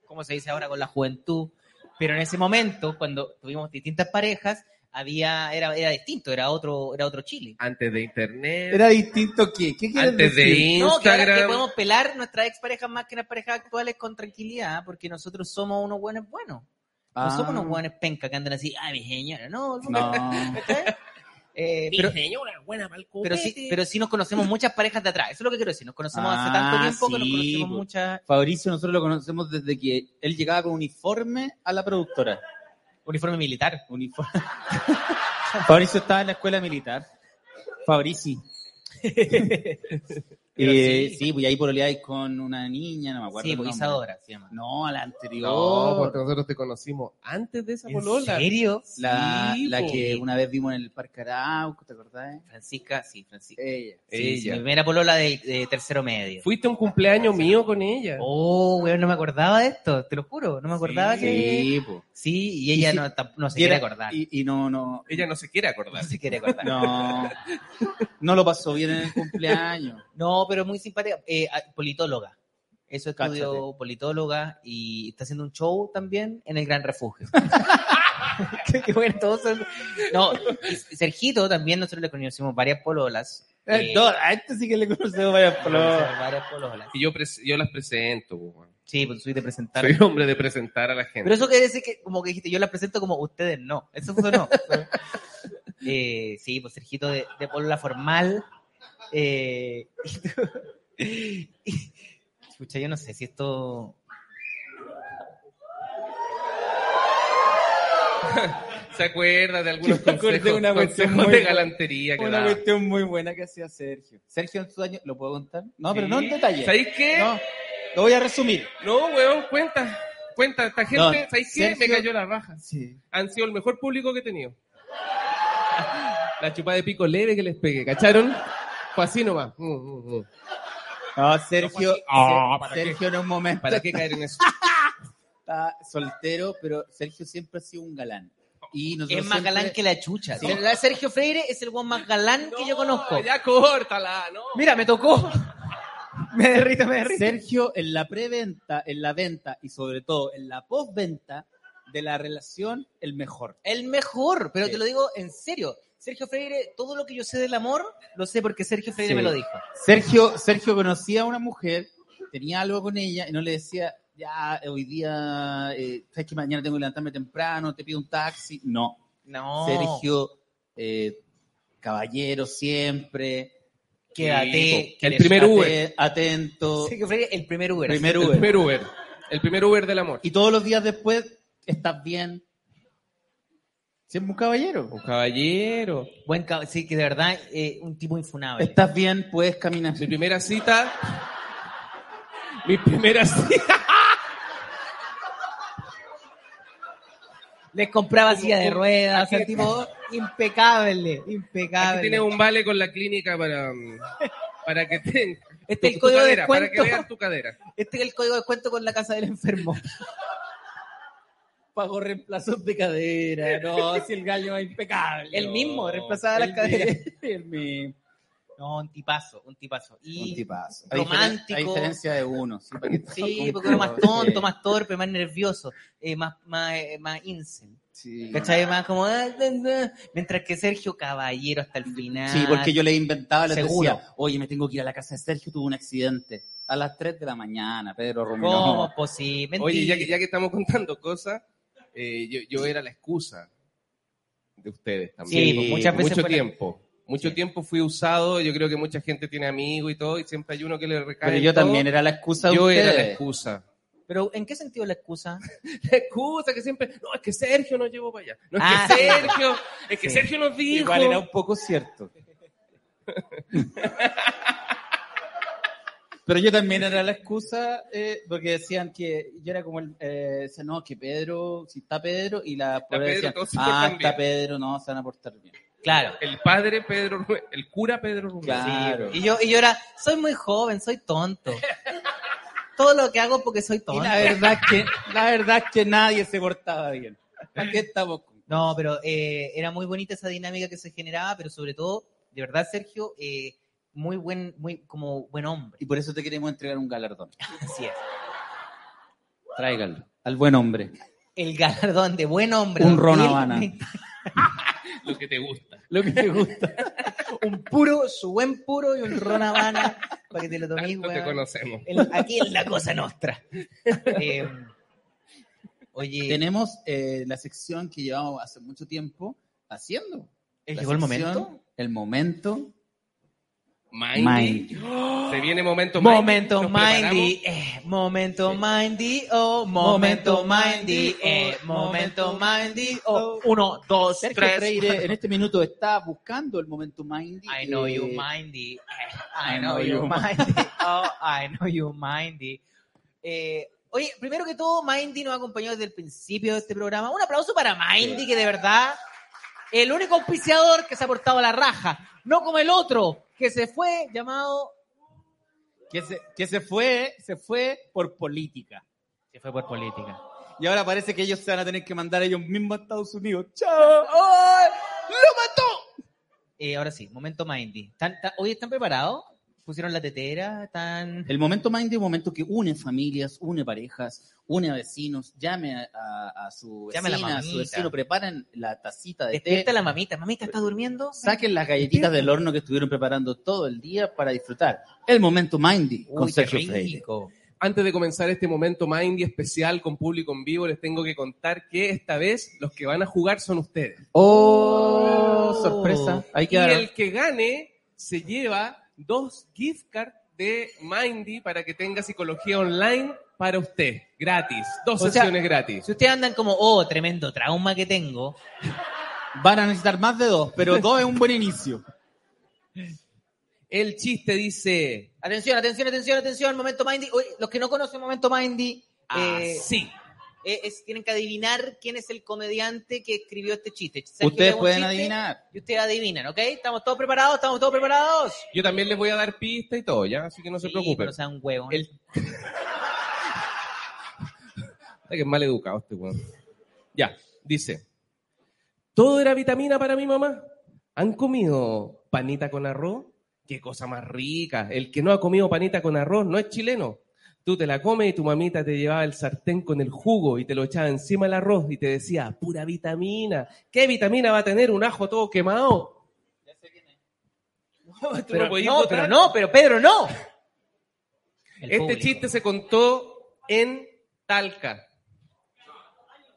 B: como se dice ahora con la juventud, pero en ese momento, cuando tuvimos distintas parejas, había, era, era distinto, era otro, era otro Chile.
D: Antes de internet,
C: Era distinto que. ¿Qué quieres
D: antes de
C: decir?
B: No, que ahora que
D: Instagram.
B: podemos pelar nuestras exparejas más que las parejas actuales con tranquilidad, ¿eh? porque nosotros somos unos buenos buenos. No
C: Ah.
B: somos unos buenos penca que andan así, ay, mi señora, no.
C: No.
B: Eh,
N: Mi
B: pero,
N: señora, buena pa'l
B: pero sí, pero sí nos conocemos muchas parejas de atrás, eso es lo que quiero decir, nos conocemos hace
C: Ah,
B: tanto tiempo que nos
C: sí,
B: conocemos
C: po.
B: muchas...
C: Fabricio, nosotros lo conocemos desde que él llegaba con uniforme a la productora.
B: Uniforme militar.
C: Uniforme. Fabricio estaba en la escuela militar. Fabrici. Eh, sí, pues y ahí pololeáis con una niña, no me acuerdo.
B: Sí,
C: el
B: pues,
C: nombre.
B: Isadora se llama.
C: No, a la anterior.
D: No, porque nosotros te conocimos antes de esa
C: ¿En
D: polola.
C: serio? La,
D: Sí,
C: la
D: po.
C: que una vez vimos en el Parque Arauco, ¿te acordás?
B: Francisca, sí, Francisca.
C: Ella.
B: Sí, sí,
D: Ella.
B: mi primera polola de, de tercero medio.
D: Fuiste a un cumpleaños mío con ella.
B: Oh, weón, no me acordaba de esto, te lo juro, no me acordaba que...
C: Sí, pues. po.
B: Sí, y ella
C: sí.
B: no, tamp- no se
C: Y era-
B: quiere acordar.
C: Y, y no, no,
D: Ella no se quiere acordar.
B: No se quiere acordar.
C: no, no lo pasó bien en el cumpleaños.
B: No, pero muy simpática. Eh, a- politóloga. Eso estudió
C: Cáchate.
B: politóloga y está haciendo un show también en el Gran Refugio. qué, qué bueno, todos son- No, y Sergito también nosotros le conocimos varias pololas.
C: Eh, no, a este sí que le conocemos varias pololas.
B: Varias pololas.
D: Y yo, pres- yo las presento. po, weón.
B: Sí, pues soy de presentar.
D: Soy hombre de presentar a la gente.
B: Pero eso quiere decir que, como que dijiste, yo las presento como ustedes no. Eso fue no. Eh, sí, pues Sergito de, de polola formal. Eh, Escucha, yo no sé si esto
D: ¿Se acuerda de algunos
L: Yo me acordé
D: consejos,
L: una cuestión
D: consejos
L: muy
D: de
L: bu-
D: galantería que
L: Una
D: daba?
L: cuestión muy buena que hacía Sergio.
C: Sergio en su año, ¿lo puedo contar? No, pero
D: Sí.
C: no en detalle.
D: ¿Sabéis qué?
C: No, lo voy a resumir.
D: No, weón, cuenta. Cuenta, esta gente,
C: No,
D: ¿sabéis qué? Me
C: Sergio-
D: cayó la raja.
C: Sí.
D: Han sido el mejor público que he tenido. La chupada de pico leve que les pegué, ¿cacharon? Fue así nomás. Mm, mm, mm.
C: No, Sergio,
D: Ah,
C: Ser-
D: ¿para qué?
C: Sergio en un momento
D: ¿Para qué caer en eso?
C: está soltero, pero Sergio siempre ha sido un galán. Y nosotros
B: es más
C: siempre-
B: galán que la chucha.
C: Sí.
B: La Sergio Freire es el guan más galán que yo conozco.
D: No, ya córtala, ¿no?
B: Mira, me tocó. me derrito, me derrito.
C: Sergio en la preventa, en la venta y sobre todo en la postventa de la relación, el mejor.
B: El mejor, pero
C: Sí.
B: te lo digo en serio. Sergio Freire, todo lo que yo sé del amor, lo sé porque Sergio Freire
C: Sí.
B: me lo dijo.
C: Sergio, Sergio conocía a una mujer, tenía algo con ella y no le decía, ya, eh, hoy día, eh, sabes que mañana tengo que levantarme temprano, te pido un taxi. No.
B: No.
C: Sergio, eh, caballero siempre.
B: Quédate.
D: El primer
C: ate-
D: Uber.
C: Atento.
B: Sergio Freire, el primer Uber.
C: primer
D: El
C: Uber.
D: primer Uber. El primer Uber del amor.
C: Y todos los días después, estás bien. Siempre un caballero.
D: Un caballero.
B: Buen cab- sí, que de verdad, eh, un tipo infunable.
C: Estás bien, puedes caminar.
D: Mi primera cita. Mi primera cita.
B: Les compraba silla de
D: Como-
B: ruedas,
D: aquí-
B: el tipo impecable,
D: Aquí tienes
B: impecable.
D: un vale con la clínica para, mm, para que tengas
B: Este es el código de
D: cadera, para que
B: descuento.
D: veas tu cadera.
B: Este es el código de cuento con la casa del enfermo.
L: Pago reemplazos de cadera. No, si el gallo es impecable.
B: El mismo, reemplazaba las
L: El
B: caderas.
L: mi- El mismo.
B: No, un tipazo, un tipazo. Y
C: Un tipazo. A
B: romántico.
C: diferen- A diferencia de uno. sí, porque-
B: Sí,
C: un
B: porque uno más
C: poco,
B: tonto,
C: sí.
B: más torpe, más nervioso, eh, más, más, eh, más incel.
C: Sí.
B: ¿Cachai? Más como. ah, ah, ah. Mientras que Sergio Caballero hasta el final.
C: Sí, porque yo le inventaba, le
B: Seguro.
C: decía, oye, me tengo que ir a la casa de Sergio, tuvo un accidente. A las 3 de la mañana, Pedro
B: ¿Cómo
C: Romero.
B: posible?
D: Oye, ya que, ya que estamos contando cosas, eh, yo, yo era la excusa de ustedes también.
B: Sí, pues, muchas veces
D: Mucho
B: fue la-
D: tiempo. Mucho tiempo fui usado. Yo creo que mucha gente tiene amigos y todo, y siempre hay uno que le recae.
C: Pero yo
D: todo.
C: también era la excusa de
D: Yo era la
C: ustedes.
D: excusa.
B: Pero ¿en qué sentido la excusa?
D: La excusa que siempre. No, es que Sergio nos llevó para allá. No, es
B: Ah,
D: que
B: sí.
D: Sergio. Es que
B: Sí.
D: Sergio nos dijo.
L: Igual era un poco cierto.
C: Pero yo también era la excusa, eh, porque decían que yo era como el, eh, decían, no, que Pedro, si está Pedro, y la prueba
D: Pedro,
C: decían,
D: todos se
C: ah,
D: portan
C: está Pedro, no, se van a portar bien.
B: Claro.
D: El padre Pedro. Rubén- El cura Pedro Rubén.
C: Claro.
B: Y yo, y yo era, soy muy joven, soy tonto. Todo lo que hago es porque soy
C: Y
B: tonto.
C: la verdad es que, la verdad es que nadie se portaba bien. ¿Para qué estamos con-
B: No, pero eh, era muy bonita esa dinámica que se generaba, pero sobre todo, de verdad, Sergio, eh, muy buen, muy como buen hombre.
C: Y por eso te queremos entregar un galardón.
B: Así es.
C: Tráigalo. Al buen hombre.
B: El galardón de buen hombre.
C: Un
B: don
C: Ron
B: Gil,
C: Habana.
D: Lo que te gusta.
C: Lo que te gusta.
B: Un puro, su buen puro y un Ron Habana para que te lo tomes,
D: Tanto te
B: weón.
D: conocemos.
B: El- aquí es la cosa nostra. Eh, oye,
C: Tenemos eh, la sección que llevamos hace mucho tiempo haciendo.
B: ¿eh,
C: La
B: llegó el
C: sección,
B: momento.
C: El momento
D: Mindy. Se viene momento Mindy.
B: Momento
D: Nos
B: Mindy, eh, momento Mindy, oh, momento Mindy, eh, momento Mindy, oh. Uno, dos,
C: Sergio
B: tres.
C: Freire en este minuto está buscando el momento Mindy.
B: I know you
C: eh,
B: Mindy, eh, I know you Mindy, oh, I know you Mindy. Eh, oye, primero que todo, Mindy nos acompañó desde el principio de este programa. Un aplauso para Mindy, que de verdad, el único auspiciador que se ha portado a la raja, no como el otro, que se fue llamado
C: que se, que se fue, se fue por política.
B: Se fue por política.
C: Y ahora parece que ellos se van a tener que mandar ellos mismos a Estados Unidos.
B: ¡Chao! ¡Ay! ¡Lo mató! Eh, ahora sí, momento Mindy. ¿Están- ta- ¿Hoy están preparados? ¿Pusieron la tetera? ¿Están...?
C: El momento Mindy es un momento que une familias, une parejas, une a vecinos, llame a, a- a su
B: Llame a la
C: vecina, a, su
B: mamita.
C: vecino, preparen la tacita de té,
B: Despierta la mamita. Mamita, ¿está durmiendo?
C: saquen las galletitas del horno que estuvieron preparando todo el día para disfrutar. El momento Mindy con
D: qué
C: Sergio
D: rico.
C: Freire.
D: Antes de comenzar este momento Mindy especial con público en vivo, les tengo que contar que esta vez los que van a jugar son ustedes.
C: Oh, sorpresa. Ahí
D: Y
C: quedaron.
D: el que gane se lleva dos gift cards de Mindy para que tenga psicología online para usted, gratis, dos
B: O sea,
D: sesiones gratis.
B: Si ustedes andan como, oh, tremendo trauma que tengo,
C: Van a necesitar más de dos, pero dos es un buen inicio.
D: El chiste dice,
B: Atención, atención, atención, atención, momento Mindy. Oye, los que no conocen momento Mindy,
D: Ah,
B: eh,
D: así.
B: eh, es- tienen que adivinar quién es el comediante que escribió este chiste. Sergio
C: Ustedes
B: lee un
C: pueden
B: chiste
C: adivinar.
B: Y ustedes adivinan, ¿ok? ¿Estamos todos preparados? ¿Estamos todos preparados?
D: Yo también les voy a dar pista y todo, ¿ya? Así que no se
B: Sí,
D: preocupen.
B: pero sean huevos.
D: El- Puta que es mal educado este weón. Ya, dice. Todo era vitamina para mi mamá. ¿Han comido panita con arroz? Qué cosa más rica. El que no ha comido panita con arroz no es chileno. Tú te la comes y tu mamita te llevaba el sartén con el jugo y te lo echaba encima el arroz y te decía, pura vitamina. ¿Qué vitamina va a tener un ajo todo quemado? Ya sé quién es.
B: Pero no, pero no, pero Pedro, no.
D: Este chiste se contó en Talca.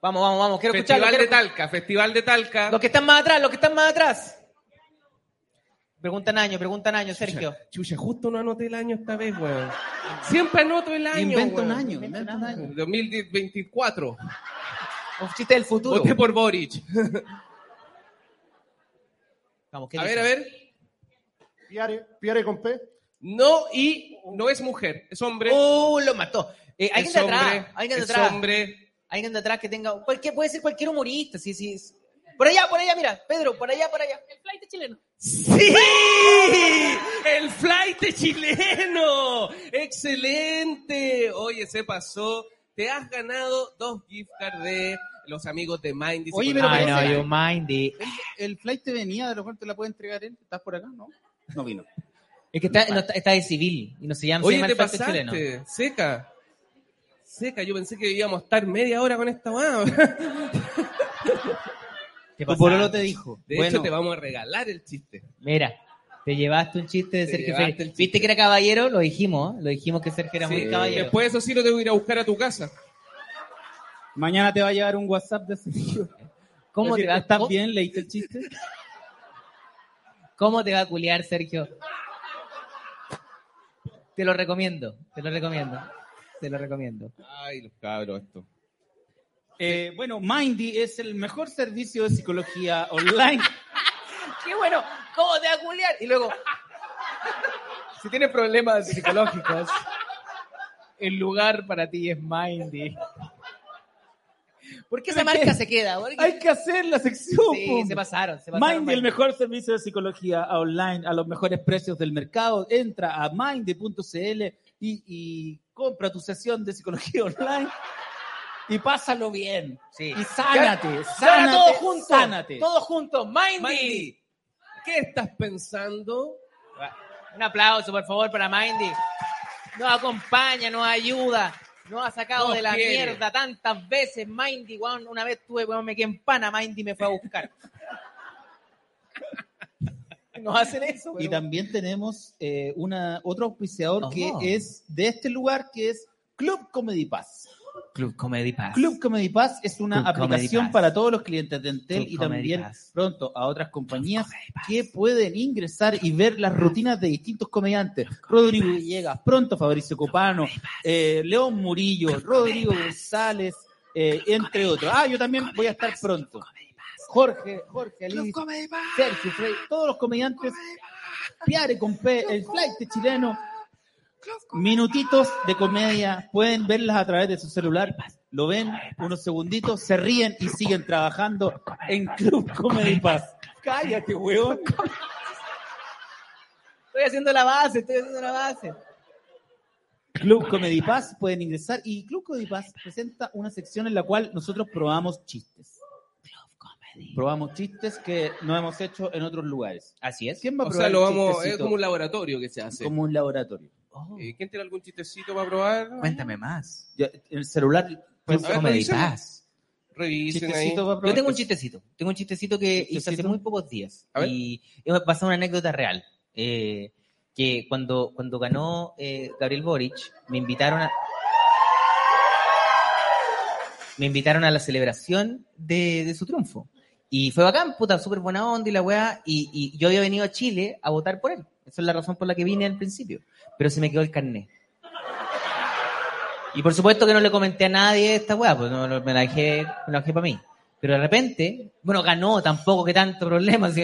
B: Vamos, vamos, vamos. Quiero
D: Festival
B: escucharlo.
D: de Talca, Festival de Talca.
B: Los que están más atrás, los que están más atrás. Preguntan año, preguntan año, Sergio.
D: Chucha, justo no anoté el año esta vez, weón. Siempre anoto el año.
C: Inventa un
D: weón.
C: año, inventa un año.
D: 2024.
B: Un chiste del futuro.
D: Voté por Boric.
B: Vamos, ¿qué
D: A
B: dice?
D: ver, a ver.
O: Piare, Piare con P.
D: No, y no es mujer, es hombre.
B: ¡Uh, lo mató! Eh, alguien
D: Es
B: de atrás,
D: hombre,
B: alguien de
D: es
B: atrás.
D: hombre.
B: Alguien de atrás que tenga. Cualquier, puede ser cualquier humorista, sí, sí. sí. Por allá, por allá, mira, Pedro, por allá, por allá. El flight chileno.
D: ¡Sí! ¡El flight chileno! ¡Excelente! Oye, se pasó. Te has ganado dos gift cards de los amigos de Mindy.
C: Oye, pero
D: Psicología.
C: I know you
B: Mindy.
C: El flight te venía, de lo cual te la puede entregar él. ¿Estás por acá? No. No vino.
B: Es que está, no, está- está de civil y no se llama, se
D: Oye,
B: llama
D: te
B: el flight chileno.
D: pasaste, seca. Seca, yo pensé que íbamos a estar media hora con esta weá.
B: Te
D: Pues
C: Tu
B: pasaste.
C: pololo te dijo.
D: De
C: bueno,
D: hecho, te vamos a regalar el chiste.
B: Mira, te llevaste un chiste de
D: Te
B: Sergio
D: llevaste
B: Freire. ¿Viste que era caballero? Lo dijimos, ¿eh? lo dijimos que Sergio era
D: Sí,
B: muy caballero.
D: Después eso sí lo tengo que ir a buscar a tu casa.
C: mañana te va a llegar un WhatsApp de Sergio.
B: ¿Cómo te,
C: Decir,
B: va,
C: ¿Estás
B: cómo-
C: bien? ¿Leíste el chiste?
B: cómo te va a culiar, Sergio? Te lo recomiendo, te lo recomiendo. Te lo recomiendo.
D: Ay, los cabros, esto.
C: Eh, bueno, Mindy es el mejor servicio de psicología online.
B: Qué bueno, ¿cómo te va a culiar? Y luego,
C: Si tienes problemas psicológicos, el lugar para ti es Mindy.
B: ¿por qué esa marca se queda? ¿Por qué?
L: Hay que hacer la sección.
B: Sí, se pasaron, se pasaron.
L: Mindy,
B: Mindy.
L: el mejor servicio de psicología online a los mejores precios del mercado. Entra a mindy.cl y, y compra tu sesión de psicología online y pásalo bien.
B: Sí.
L: Y sánate,
B: Ahora
L: sánate,
B: todos juntos,
L: sánate.
B: todos juntos, Mindy.
D: Mindy, ¿qué estás pensando?
B: Un aplauso, por favor, para Mindy. Nos acompaña, nos ayuda. Nos ha sacado
D: Nos
B: de la
D: quiere.
B: mierda tantas veces, Mindy. weón. una vez tuve, weón, me quedé en pana, Mindy me fue a buscar. nos hacen eso,
C: Y
B: weón.
C: también tenemos eh,
B: Oh.
C: una, otro auspiciador que
B: Ajá.
C: es de este lugar, que es Club Comedy Pass.
B: Club Comedy Pass.
C: Club Comedy Pass es una
B: Club Comedy
C: aplicación
B: Pass.
C: para todos los clientes de Entel
B: Club
C: y
B: Comedy
C: también
B: Pass.
C: pronto a otras compañías que pueden ingresar y ver las rutinas de distintos comediantes. Rodrigo Villegas, pronto Fabricio Copano, eh, León Murillo, Rodrigo González, eh, entre otros. Ah, yo también voy a estar pronto. Jorge, Jorge Alice, Sergio Frey, todos los comediantes, Piare Compé, el flight chileno, minutitos de comedia, pueden verlas a través de su celular, lo ven unos segunditos, se ríen y siguen trabajando en Club Comedy Pass. Cállate, weón.
P: Estoy haciendo la base, estoy haciendo la base.
C: Club Comedy Pass pueden ingresar y Club Comedy Pass presenta una sección en la cual nosotros probamos chistes. Probamos chistes que no hemos hecho en otros lugares. Así es. ¿Quién va a
D: O
C: probar
D: sea, lo
C: el
D: vamos, es
C: chistecito?
D: como un laboratorio que se hace.
C: Como un laboratorio.
D: Eh, ¿Quién tiene algún chistecito para probar?
B: Cuéntame más.
C: Ya, el celular
D: Pues,
B: Club
D: a ver,
B: Comedy
D: revisemos.
B: Pass.
D: Revisen ahí.
B: Chistecito para probar. Yo tengo un chistecito. Tengo un chistecito que hice hace muy pocos días. Y es basado en una anécdota real. Eh, que cuando, cuando ganó eh, Gabriel Boric, me invitaron a. Me invitaron a la celebración de, de su triunfo. Y fue bacán, puta, súper buena onda y la weá. Y, y yo había venido a Chile a votar por él. Esa es la razón por la que vine al principio. Pero se me quedó el carnet. Y por supuesto que no le comenté a nadie esta weá, pues no, no, me la dejé, me la dejé para mí. Pero de repente, bueno, ganó tampoco, que tanto problema.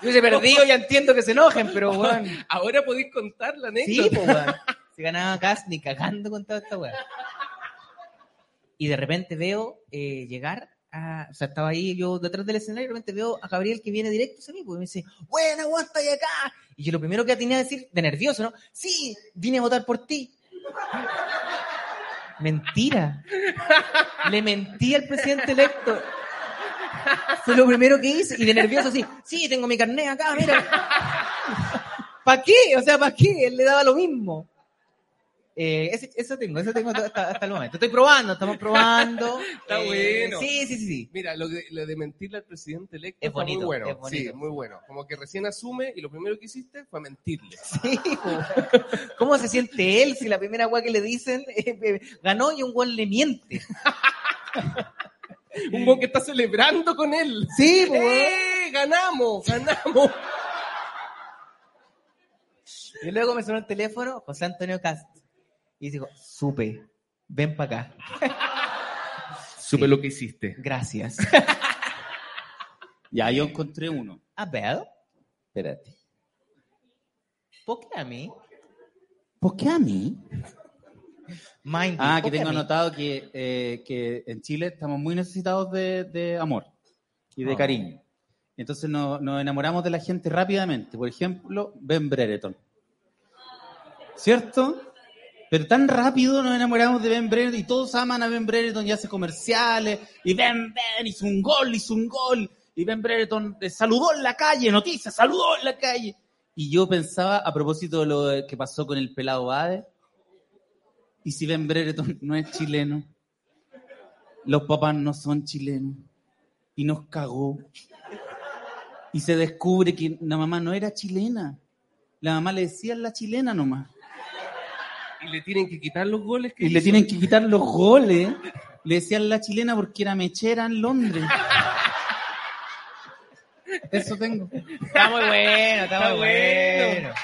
B: Si Yo se perdido, ya entiendo que se enojen, pero weón.
D: Ahora podéis contar la anécdota.
B: Sí, pues weón. Se ganaba gas ni cagando con toda esta weá. Y de repente veo eh, llegar a. O sea, estaba ahí yo detrás del escenario y de repente veo a Gabriel que viene directo hacia mí, pues y me dice, buena, weón, estoy acá. Y yo lo primero que tenía a decir, de nervioso, ¿no? Sí, vine a votar por ti. Mentira. Le mentí al presidente electo. Fue lo primero que hice. Y de nervioso así, sí, tengo mi carnet acá, mira. ¿Para qué? O sea, ¿para qué? Él le daba lo mismo. Eh, ese- eso tengo, eso tengo hasta, hasta el momento. Estoy probando, estamos probando.
D: Está
B: Eh,
D: bueno.
B: Sí, sí, sí, sí.
D: Mira, lo de, lo de mentirle al presidente electo
B: Es
D: está
B: bonito,
D: muy bueno.
B: es bonito.
D: Sí, es muy bueno. Como que recién asume y lo primero que hiciste fue mentirle.
B: Sí, po. ¿Cómo se siente él si la primera weá que le dicen eh, eh, ganó y un weón le miente?
D: un weón que está celebrando con él.
B: Sí, pues, po,
D: ¡Eh! ¡Ganamos! ¡Ganamos!
B: Y luego me sonó el teléfono José Antonio Cast. Y digo, supe, ven para acá.
D: Supe lo que hiciste.
B: Gracias.
C: Ya, yo encontré uno.
B: A ver,
C: Espérate.
B: ¿por qué a mí?
C: ¿Por qué a mí?
B: Mindy,
C: ah, que
B: ¿por qué
C: tengo
B: a mí?
C: anotado que, eh, que en Chile estamos muy necesitados de, de amor y de
B: Oh.
C: cariño. Entonces nos, nos enamoramos de la gente rápidamente. Por ejemplo, Ben Brereton. ¿Cierto? Pero tan rápido nos enamoramos de Ben Brereton y todos aman a Ben Brereton y hace comerciales. Y Ben, Ben hizo un gol, hizo un gol. Y Ben Brereton eh, saludó en la calle, noticias, saludó en la calle. Y yo pensaba, a propósito de lo que pasó con el pelado Bade, y si Ben Brereton no es chileno, los papás no son chilenos, y nos cagó. Y se descubre que la mamá no era chilena. La mamá le decía la chilena nomás.
D: Y le tienen que quitar los goles que
C: Y le
D: hizo.
C: tienen que quitar los goles. Le decían la chilena porque era mechera en Londres. Eso tengo.
B: Está muy bueno, está, muy bueno.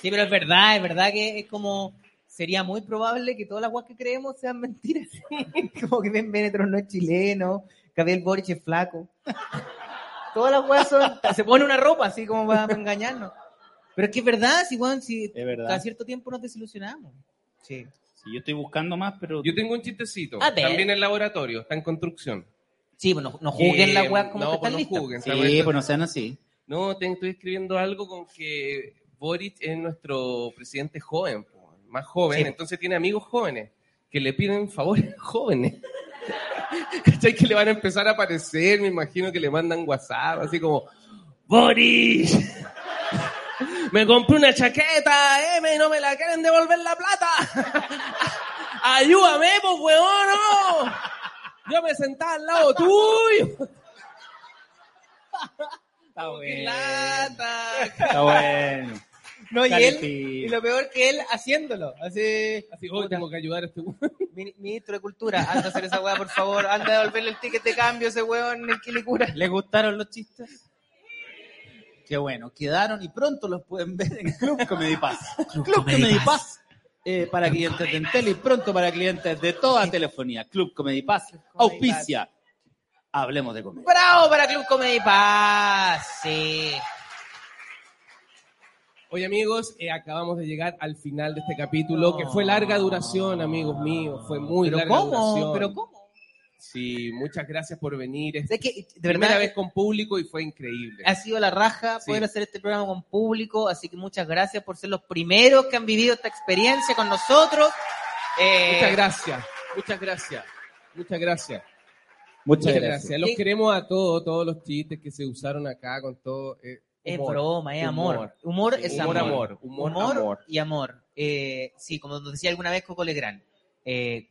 B: Sí, pero es verdad, es verdad que es como. Sería muy probable que todas las guas que creemos sean mentiras. como que Ben Benetron no es chileno, Gabriel Boric es flaco. todas las guas son. Se pone una ropa así como para engañarnos. Pero es que es verdad, si, weón, si
C: Es verdad.
B: cada cierto tiempo nos desilusionamos. Sí.
C: yo estoy buscando más, pero.
D: Yo tengo un chistecito.
B: A ver.
D: También en laboratorio, está en construcción.
B: Sí, pues no, no juzguen
D: Eh,
B: las weas como
D: no,
B: que
D: pues
B: están
D: no
B: listas.
D: juzguen, está
C: Sí,
D: bueno.
C: pues no sean así.
D: No, te estoy escribiendo algo con que Boric es nuestro presidente joven, po, más joven,
B: Sí.
D: entonces tiene amigos jóvenes que le piden favores jóvenes. ¿Cachai? Que le van a empezar a aparecer, me imagino que le mandan WhatsApp, así como, Boric, me compré una chaqueta M y no me la quieren devolver la plata. Ayúdame, pues, weón, no. Yo me sentaba al lado tuyo.
C: Está
D: ¡Qué lata!
C: Está bueno.
P: No, y él,
D: Calentito.
P: y lo peor que él haciéndolo. Así,
D: así hoy tengo que ayudar a este weón.
B: Mi- Ministro de Cultura, anda a hacer esa weá, por favor. Anda a devolverle el ticket de cambio a ese weón en Quilicura.
C: ¿Le gustaron los chistes? Qué bueno, quedaron y pronto los pueden ver en Club Comedy Paz. Club, Comedy Paz. eh, para clientes de Entel y pronto para clientes de toda telefonía. Club Comedy Paz auspicia. Hablemos de comedia.
B: ¡Bravo para Club Comedy Paz! Sí.
D: Oye amigos, eh, acabamos de llegar al final de este capítulo, que fue larga duración, amigos míos, fue muy
B: ¿Pero
D: larga
B: cómo?
D: duración.
B: ¿Pero cómo?
D: Sí, muchas gracias por venir. Es
B: Sé que, de
D: primera
B: verdad-
D: vez con público y fue increíble.
B: Ha sido la raja
D: Este, Sí.
B: poder hacer este programa con público, así que muchas gracias por ser los primeros que han vivido esta experiencia con nosotros. Eh,
D: Muchas gracias, muchas gracias, muchas gracias.
C: Muchas
D: Muchas
C: gracias.
D: gracias. Los queremos a todos, todos los chistes que se usaron acá con todo. eh,
B: Es
D: humor,
B: broma, es amor. Humor,
D: Sí,
B: es amor.
D: humor, amor. Humor, amor.
B: y amor. Eh, sí, como nos decía alguna vez Coco Legrand. Eh,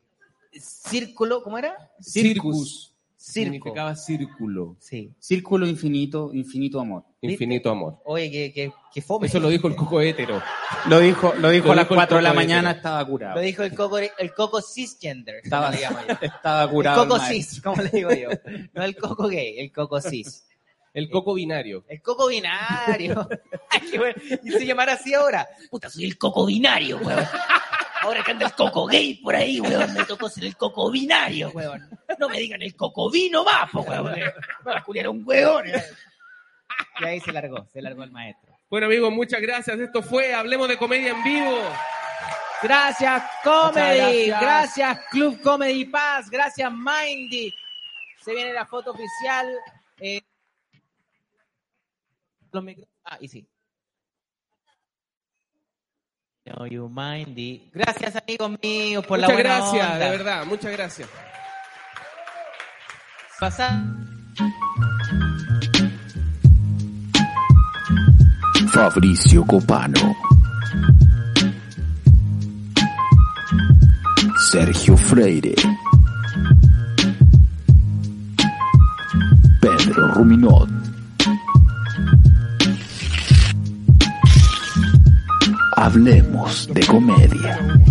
B: círculo, ¿cómo era?
D: Circus.
B: Circo.
D: Significaba círculo.
B: Sí.
C: Círculo infinito, infinito amor.
D: Infinito amor.
B: Oye, que, que, que fome.
D: Eso lo dijo el coco hétero.
C: Lo dijo, lo dijo
D: Lo
C: a las
D: dijo el
C: 4 de la
D: Coco
C: mañana,
D: Hétero.
C: estaba curado.
B: Lo dijo el Coco, el coco cisgender.
C: Estaba,
B: como le llamo yo.
C: estaba
B: El
C: curado.
B: coco
C: el maestro.
B: cis, como le digo yo. No el coco gay, el coco cis.
D: El coco binario.
B: El coco binario. Ay, qué bueno. Y se llamara así ahora.
N: Puta, soy el coco binario, weón. Ahora que anda el coco gay por ahí, weón, me tocó ser el coco binario, weón. No me digan el coco vino más, po, weón. Me va a culiar a un weón.
B: Y ahí se largó, se largó el maestro.
D: Bueno, amigos, muchas gracias. Esto fue Hablemos de Comedia en Vivo.
P: Gracias, Comedy. Gracias.
D: Muchas gracias.
P: Club Comedy Paz. Gracias, Mindy. Se viene la foto oficial. eh, los micro- Ah, y sí.
B: No, you mindy. Gracias, amigos míos, por la
D: muchas
B: buena
D: gracias,
B: onda.
D: de verdad. Muchas gracias.
B: Pasar-
A: Fabricio Copano. Sergio Freire. Pedro Ruminot. Hablemos de comedia.